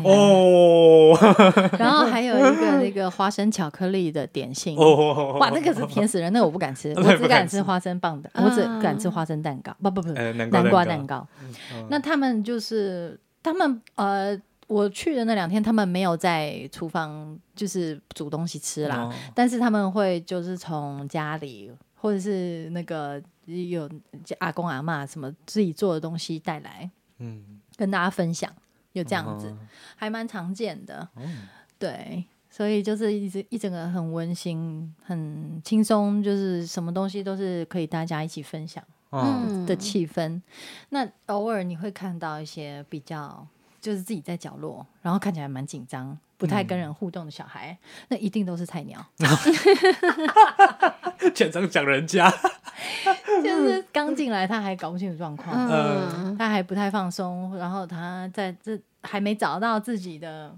[SPEAKER 3] 甜哦
[SPEAKER 2] 然后还有一个 那个花生巧克力的点心，
[SPEAKER 3] 哦，
[SPEAKER 2] 哇，那个是甜死人，那个我不敢吃，
[SPEAKER 3] 那
[SPEAKER 2] 我
[SPEAKER 3] 也
[SPEAKER 2] 只
[SPEAKER 3] 不敢
[SPEAKER 2] 敢
[SPEAKER 3] 吃
[SPEAKER 2] 吃花生棒的，我只
[SPEAKER 1] 啊
[SPEAKER 2] 敢吃花生蛋糕，不不不，
[SPEAKER 3] 呃南瓜
[SPEAKER 2] 南瓜
[SPEAKER 3] 蛋
[SPEAKER 2] 蛋糕。
[SPEAKER 3] 嗯哦
[SPEAKER 2] 那他们就是他们呃，我去的那两天，他们没有在厨房就是煮东西吃啦，
[SPEAKER 3] 哦
[SPEAKER 2] 但是他们会就是从家里或者是那个有阿公阿妈什么自己做的东西带来
[SPEAKER 3] 嗯，
[SPEAKER 2] 跟大家分享，有这样子，
[SPEAKER 3] 哦
[SPEAKER 2] 还蛮常见的。
[SPEAKER 3] 哦
[SPEAKER 2] 对，所以就是一直一整个很温馨、很轻松，就是什么东西都是可以大家一起分享
[SPEAKER 3] 哦
[SPEAKER 2] 的气氛。那偶尔你会看到一些比较就是自己在角落，然后看起来蛮紧张、不太
[SPEAKER 3] 嗯
[SPEAKER 2] 跟人互动的小孩，那一定都是菜 鸟，
[SPEAKER 3] 全场讲人家，
[SPEAKER 2] 就是刚进来他还搞不清楚状况，
[SPEAKER 1] 嗯，
[SPEAKER 2] 他还不太放松，然后他在这还没找到自己的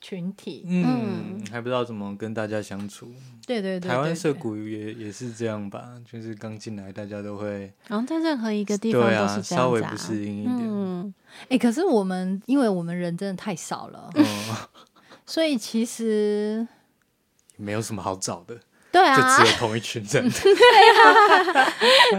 [SPEAKER 2] 群体。
[SPEAKER 3] 嗯，还不知道怎么跟大家相处。
[SPEAKER 2] 对对对对
[SPEAKER 3] 台湾社
[SPEAKER 2] 对
[SPEAKER 3] 谷也也是这样吧，就是刚进来大家都会，
[SPEAKER 1] 然后在任何一个地方
[SPEAKER 3] 对
[SPEAKER 1] 都
[SPEAKER 3] 啊，
[SPEAKER 1] 是这样
[SPEAKER 3] 稍微
[SPEAKER 1] 子
[SPEAKER 3] 不
[SPEAKER 1] 啊。
[SPEAKER 3] 适应一点。
[SPEAKER 1] 嗯，
[SPEAKER 2] 哎、可是我们因为我们人真的太少了，
[SPEAKER 3] 哦，
[SPEAKER 2] 所以其实
[SPEAKER 3] 没有什么好找的，
[SPEAKER 2] 对
[SPEAKER 3] 就
[SPEAKER 2] 啊
[SPEAKER 3] 只，有同一群 人。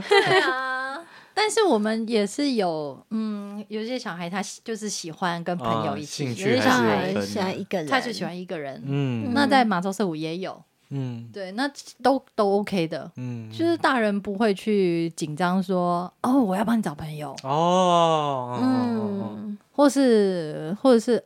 [SPEAKER 2] 对啊。但是我们也是有，嗯，有些小孩他喜就是喜欢跟朋友一起，
[SPEAKER 3] 啊兴趣
[SPEAKER 2] 有些小
[SPEAKER 3] 还是有
[SPEAKER 2] 孩
[SPEAKER 3] 分的啊
[SPEAKER 1] 喜欢一个人，
[SPEAKER 2] 他就喜欢一个人。
[SPEAKER 3] 嗯
[SPEAKER 2] 那在马洲社舞也有，
[SPEAKER 3] 嗯
[SPEAKER 2] 对，那都都 OK 的，
[SPEAKER 3] 嗯，
[SPEAKER 2] 就是大人不会去紧张说，哦，我要帮你找朋友，
[SPEAKER 3] 哦，嗯，
[SPEAKER 1] 嗯，
[SPEAKER 2] 或是或者是，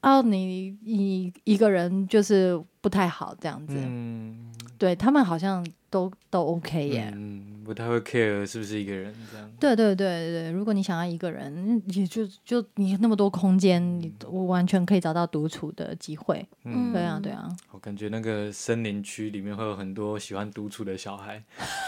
[SPEAKER 2] 哦，你你一个人就是不太好这样子，
[SPEAKER 3] 嗯，
[SPEAKER 2] 对他们好像都都 OK 耶。
[SPEAKER 3] 嗯，不太会 care 是不是一个人这样。
[SPEAKER 2] 对对对对，如果你想要一个人，也就就你那么多空间，
[SPEAKER 3] 嗯
[SPEAKER 2] 你我完全可以找到独处的机会。
[SPEAKER 1] 嗯
[SPEAKER 2] 对啊，对啊，
[SPEAKER 3] 我感觉那个森林区里面会有很多喜欢独处的小孩，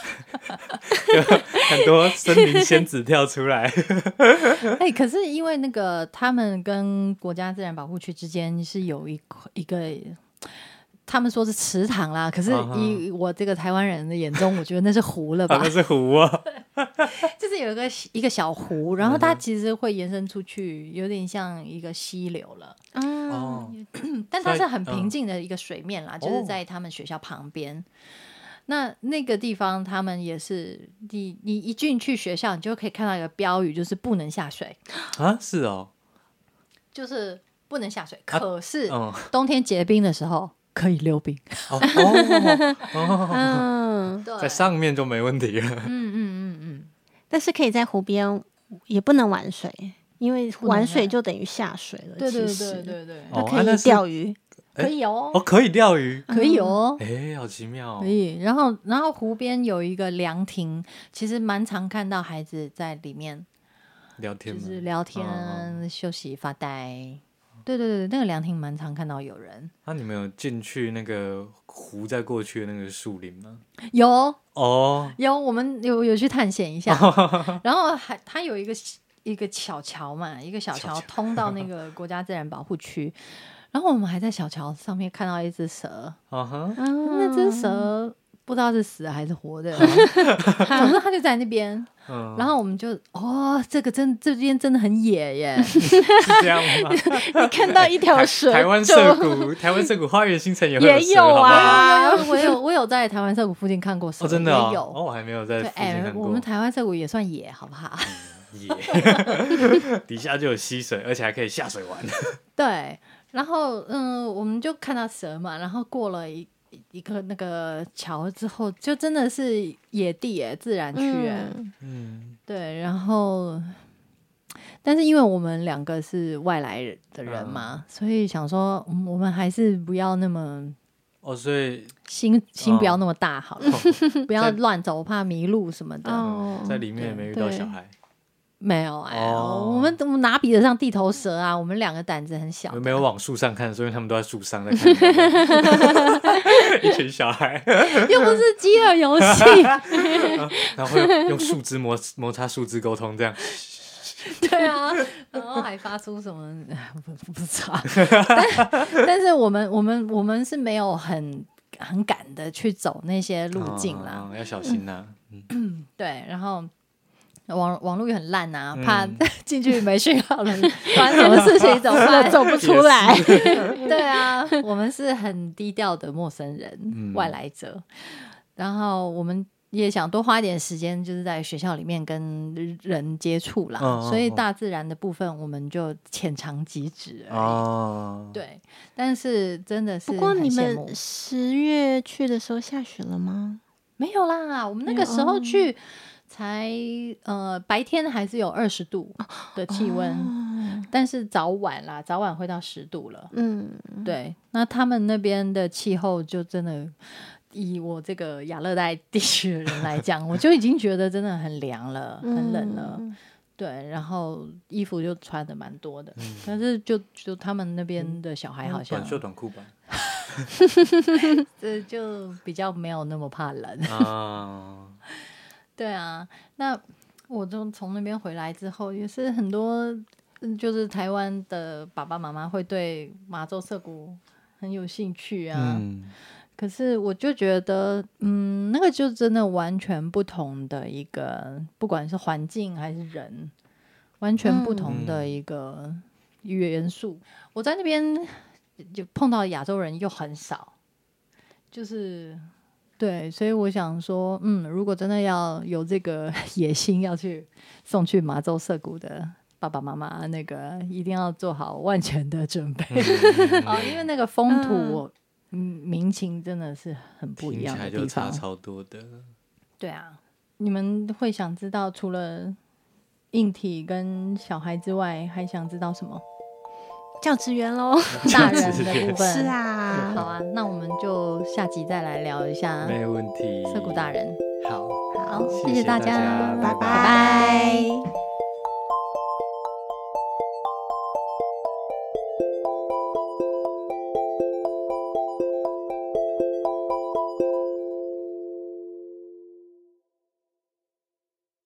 [SPEAKER 3] 很多森林仙子跳出来。
[SPEAKER 2] 哎、可是因为那个他们跟国家自然保护区之间是有一块一个。他们说是池塘啦，可是
[SPEAKER 3] 啊哈
[SPEAKER 2] 以我这个台湾人的眼中，我觉得那是湖了
[SPEAKER 3] 啊
[SPEAKER 2] 吧，
[SPEAKER 3] 那？是湖啊！
[SPEAKER 2] 就是有一个一个小湖，然
[SPEAKER 3] 嗯
[SPEAKER 2] 后它其实会延伸出去，有点像一个溪流了。
[SPEAKER 1] 嗯，
[SPEAKER 3] 哦，
[SPEAKER 2] 但它
[SPEAKER 3] 所
[SPEAKER 2] 是
[SPEAKER 3] 以
[SPEAKER 2] 很平
[SPEAKER 3] 嗯
[SPEAKER 2] 静的一个水面啦，就
[SPEAKER 3] 哦
[SPEAKER 2] 是在他们学校旁边。那那个地方，他们也是，你你一进去学校，你就可以看到一个标语，就是不能下水，
[SPEAKER 3] 啊，是哦，
[SPEAKER 2] 就是不能下水。
[SPEAKER 3] 啊
[SPEAKER 2] 可是
[SPEAKER 3] 嗯，
[SPEAKER 2] 冬天结冰的时候可以溜冰，
[SPEAKER 3] 哦哦，
[SPEAKER 1] 嗯，
[SPEAKER 2] 对
[SPEAKER 3] 在上面就没问题了。
[SPEAKER 2] 嗯嗯嗯嗯，
[SPEAKER 1] 但是可以在湖边，也不能玩水，因为玩水就等于下水了。
[SPEAKER 2] 啊对对
[SPEAKER 1] 其
[SPEAKER 2] 对
[SPEAKER 1] 实
[SPEAKER 2] 对对，
[SPEAKER 3] 哦，啊
[SPEAKER 1] 可
[SPEAKER 3] 那
[SPEAKER 1] 以
[SPEAKER 3] 是
[SPEAKER 1] 钓鱼，
[SPEAKER 2] 可以
[SPEAKER 3] 哦，
[SPEAKER 2] 哦，
[SPEAKER 3] 可以钓 鱼，
[SPEAKER 2] 可以哦。
[SPEAKER 3] 哎，好奇妙哦
[SPEAKER 2] 可。以，然后，然后湖边有一个凉亭，其实蛮常看到孩子在里面
[SPEAKER 3] 聊天
[SPEAKER 2] 就
[SPEAKER 3] 吗
[SPEAKER 2] 是聊天、
[SPEAKER 3] 嗯
[SPEAKER 2] 休息、发呆。对对对，那个凉亭蛮常看到有人
[SPEAKER 3] 那你们有进去那个湖再过去的那个树林吗？
[SPEAKER 2] 有
[SPEAKER 3] 哦，
[SPEAKER 2] 有，我们有有去探险一 下，然后还它有一个一个小桥嘛，一个小
[SPEAKER 3] 小
[SPEAKER 2] 桥
[SPEAKER 3] 桥
[SPEAKER 2] 通到那个国家自然保护 区。然后我们还在小桥上面看到一只蛇，
[SPEAKER 3] 啊哈，
[SPEAKER 1] 嗯
[SPEAKER 2] 那只蛇不知道是死还是活 的， 总之它就在那边。
[SPEAKER 3] 嗯，
[SPEAKER 2] 然后我们就哦，这个真这边真的很野 耶，
[SPEAKER 3] 是这样 吗？
[SPEAKER 1] 你看到一条蛇，
[SPEAKER 3] 台湾
[SPEAKER 1] 就
[SPEAKER 3] 涩 谷，台湾涩谷花园新城也会
[SPEAKER 1] 也
[SPEAKER 3] 蛇
[SPEAKER 1] 有
[SPEAKER 3] 好不好
[SPEAKER 1] 啊
[SPEAKER 2] 有有有我有我有在台湾涩谷附近看过蛇，
[SPEAKER 3] 哦，真的哦
[SPEAKER 2] 也有。
[SPEAKER 3] 哦，我还没有在
[SPEAKER 2] 对，
[SPEAKER 3] 附近
[SPEAKER 2] 哎、
[SPEAKER 3] 看过。
[SPEAKER 2] 我们台湾涩谷也算野，好不好？
[SPEAKER 1] 哎
[SPEAKER 3] 耶， 底下就有溪水，而且还可以下水玩。
[SPEAKER 2] 对，然后嗯，我们就看到蛇嘛，然后过了一一个那个桥之后，就真的是野地耶，自然区耶。
[SPEAKER 1] 嗯
[SPEAKER 3] 嗯，
[SPEAKER 2] 对，然后但是因为我们两个是外来人的人
[SPEAKER 3] 嗯
[SPEAKER 2] 嘛，所以想说、嗯，我们还是不要那么
[SPEAKER 3] 哦，所以
[SPEAKER 2] 心心不要
[SPEAKER 3] 哦
[SPEAKER 2] 那么大好 了，不要乱走，我怕迷路什么的。
[SPEAKER 1] 哦，
[SPEAKER 3] 嗯在里面也没遇到小孩，
[SPEAKER 2] 没有哎、
[SPEAKER 3] 哦
[SPEAKER 2] 我们怎么哪比得上地头蛇啊？我们两个胆子很小
[SPEAKER 3] 我，没有往树上看，所以他们都在树上在看。 一群小孩，
[SPEAKER 2] 又不是饥饿游戏，
[SPEAKER 3] 然后会用树枝摩摩擦树枝沟通，这样
[SPEAKER 2] 对啊，然后还发出什么不不不知道，但但是我们我们我们是没有很很敢的去走那些路径啦，
[SPEAKER 3] 哦要小心呐、嗯
[SPEAKER 2] 对，然后网网络也很烂啊，怕 进去没讯号了，发生什么事情怎么 办？
[SPEAKER 1] 走不出来。
[SPEAKER 2] 对啊，我们是很低调的陌生人、
[SPEAKER 3] 嗯
[SPEAKER 2] 外来者，然后我们也想多花一点时间，就是在学校里面跟人接触啦，
[SPEAKER 3] 嗯嗯
[SPEAKER 2] 所以
[SPEAKER 3] 嗯
[SPEAKER 2] 大自然的部分我们就浅尝即止而已。
[SPEAKER 3] 哦，
[SPEAKER 2] 嗯对，但是真的是
[SPEAKER 1] 不过
[SPEAKER 2] 很
[SPEAKER 1] 你
[SPEAKER 2] 羡慕
[SPEAKER 1] 们十月去的时候下雪了吗？
[SPEAKER 2] 没有啦，我们那个时候去才呃白天还是有二十度的气温，
[SPEAKER 1] 哦
[SPEAKER 2] 但是早晚啦，早晚会到十度了。
[SPEAKER 1] 嗯，
[SPEAKER 2] 对，那他们那边的气候就真的。以我这个亚热带地区的人来讲，我就已经觉得真的很凉了，很冷了。
[SPEAKER 1] 嗯
[SPEAKER 2] 对，然后衣服就穿的蛮多的，但是就就他们那边的小孩好像
[SPEAKER 3] 短袖短裤吧。
[SPEAKER 2] 呃就比较没有那么怕冷。
[SPEAKER 3] 啊，
[SPEAKER 2] 对啊，那我就从那边回来之后，也是很多，嗯就是台湾的爸爸妈妈会对麻州涩谷很有兴趣啊。
[SPEAKER 3] 嗯，
[SPEAKER 2] 可是我就觉得，嗯，那个就真的完全不同的一个，不管是环境还是人，完全不同的一个元素。我在那边就碰到亚洲人又很少，就是对，所以我想说，嗯，如果真的要有这个 野心要去送去麻州涩谷的。爸爸妈妈那个一定要做好万全的准备 哦，因为那个风土
[SPEAKER 1] 嗯
[SPEAKER 2] 我嗯，民情真的是很不一
[SPEAKER 3] 听起
[SPEAKER 2] 样
[SPEAKER 3] 来
[SPEAKER 2] 的
[SPEAKER 3] 就
[SPEAKER 2] 地
[SPEAKER 3] 差
[SPEAKER 2] 方。嗯
[SPEAKER 3] 超多的。
[SPEAKER 2] 对啊，你们会想知道除了硬体跟小孩之外，还想知道什 么？
[SPEAKER 1] 教职员喽。
[SPEAKER 2] 大人的部分
[SPEAKER 1] 是。啊
[SPEAKER 2] 好，啊，那我们就下集再来聊一下
[SPEAKER 3] 没问题。
[SPEAKER 2] 涩谷大人。
[SPEAKER 3] 好，
[SPEAKER 2] 好，
[SPEAKER 3] 谢
[SPEAKER 2] 谢
[SPEAKER 3] 谢
[SPEAKER 2] 大
[SPEAKER 3] 大家
[SPEAKER 1] 拜
[SPEAKER 3] 拜
[SPEAKER 2] 拜
[SPEAKER 1] 拜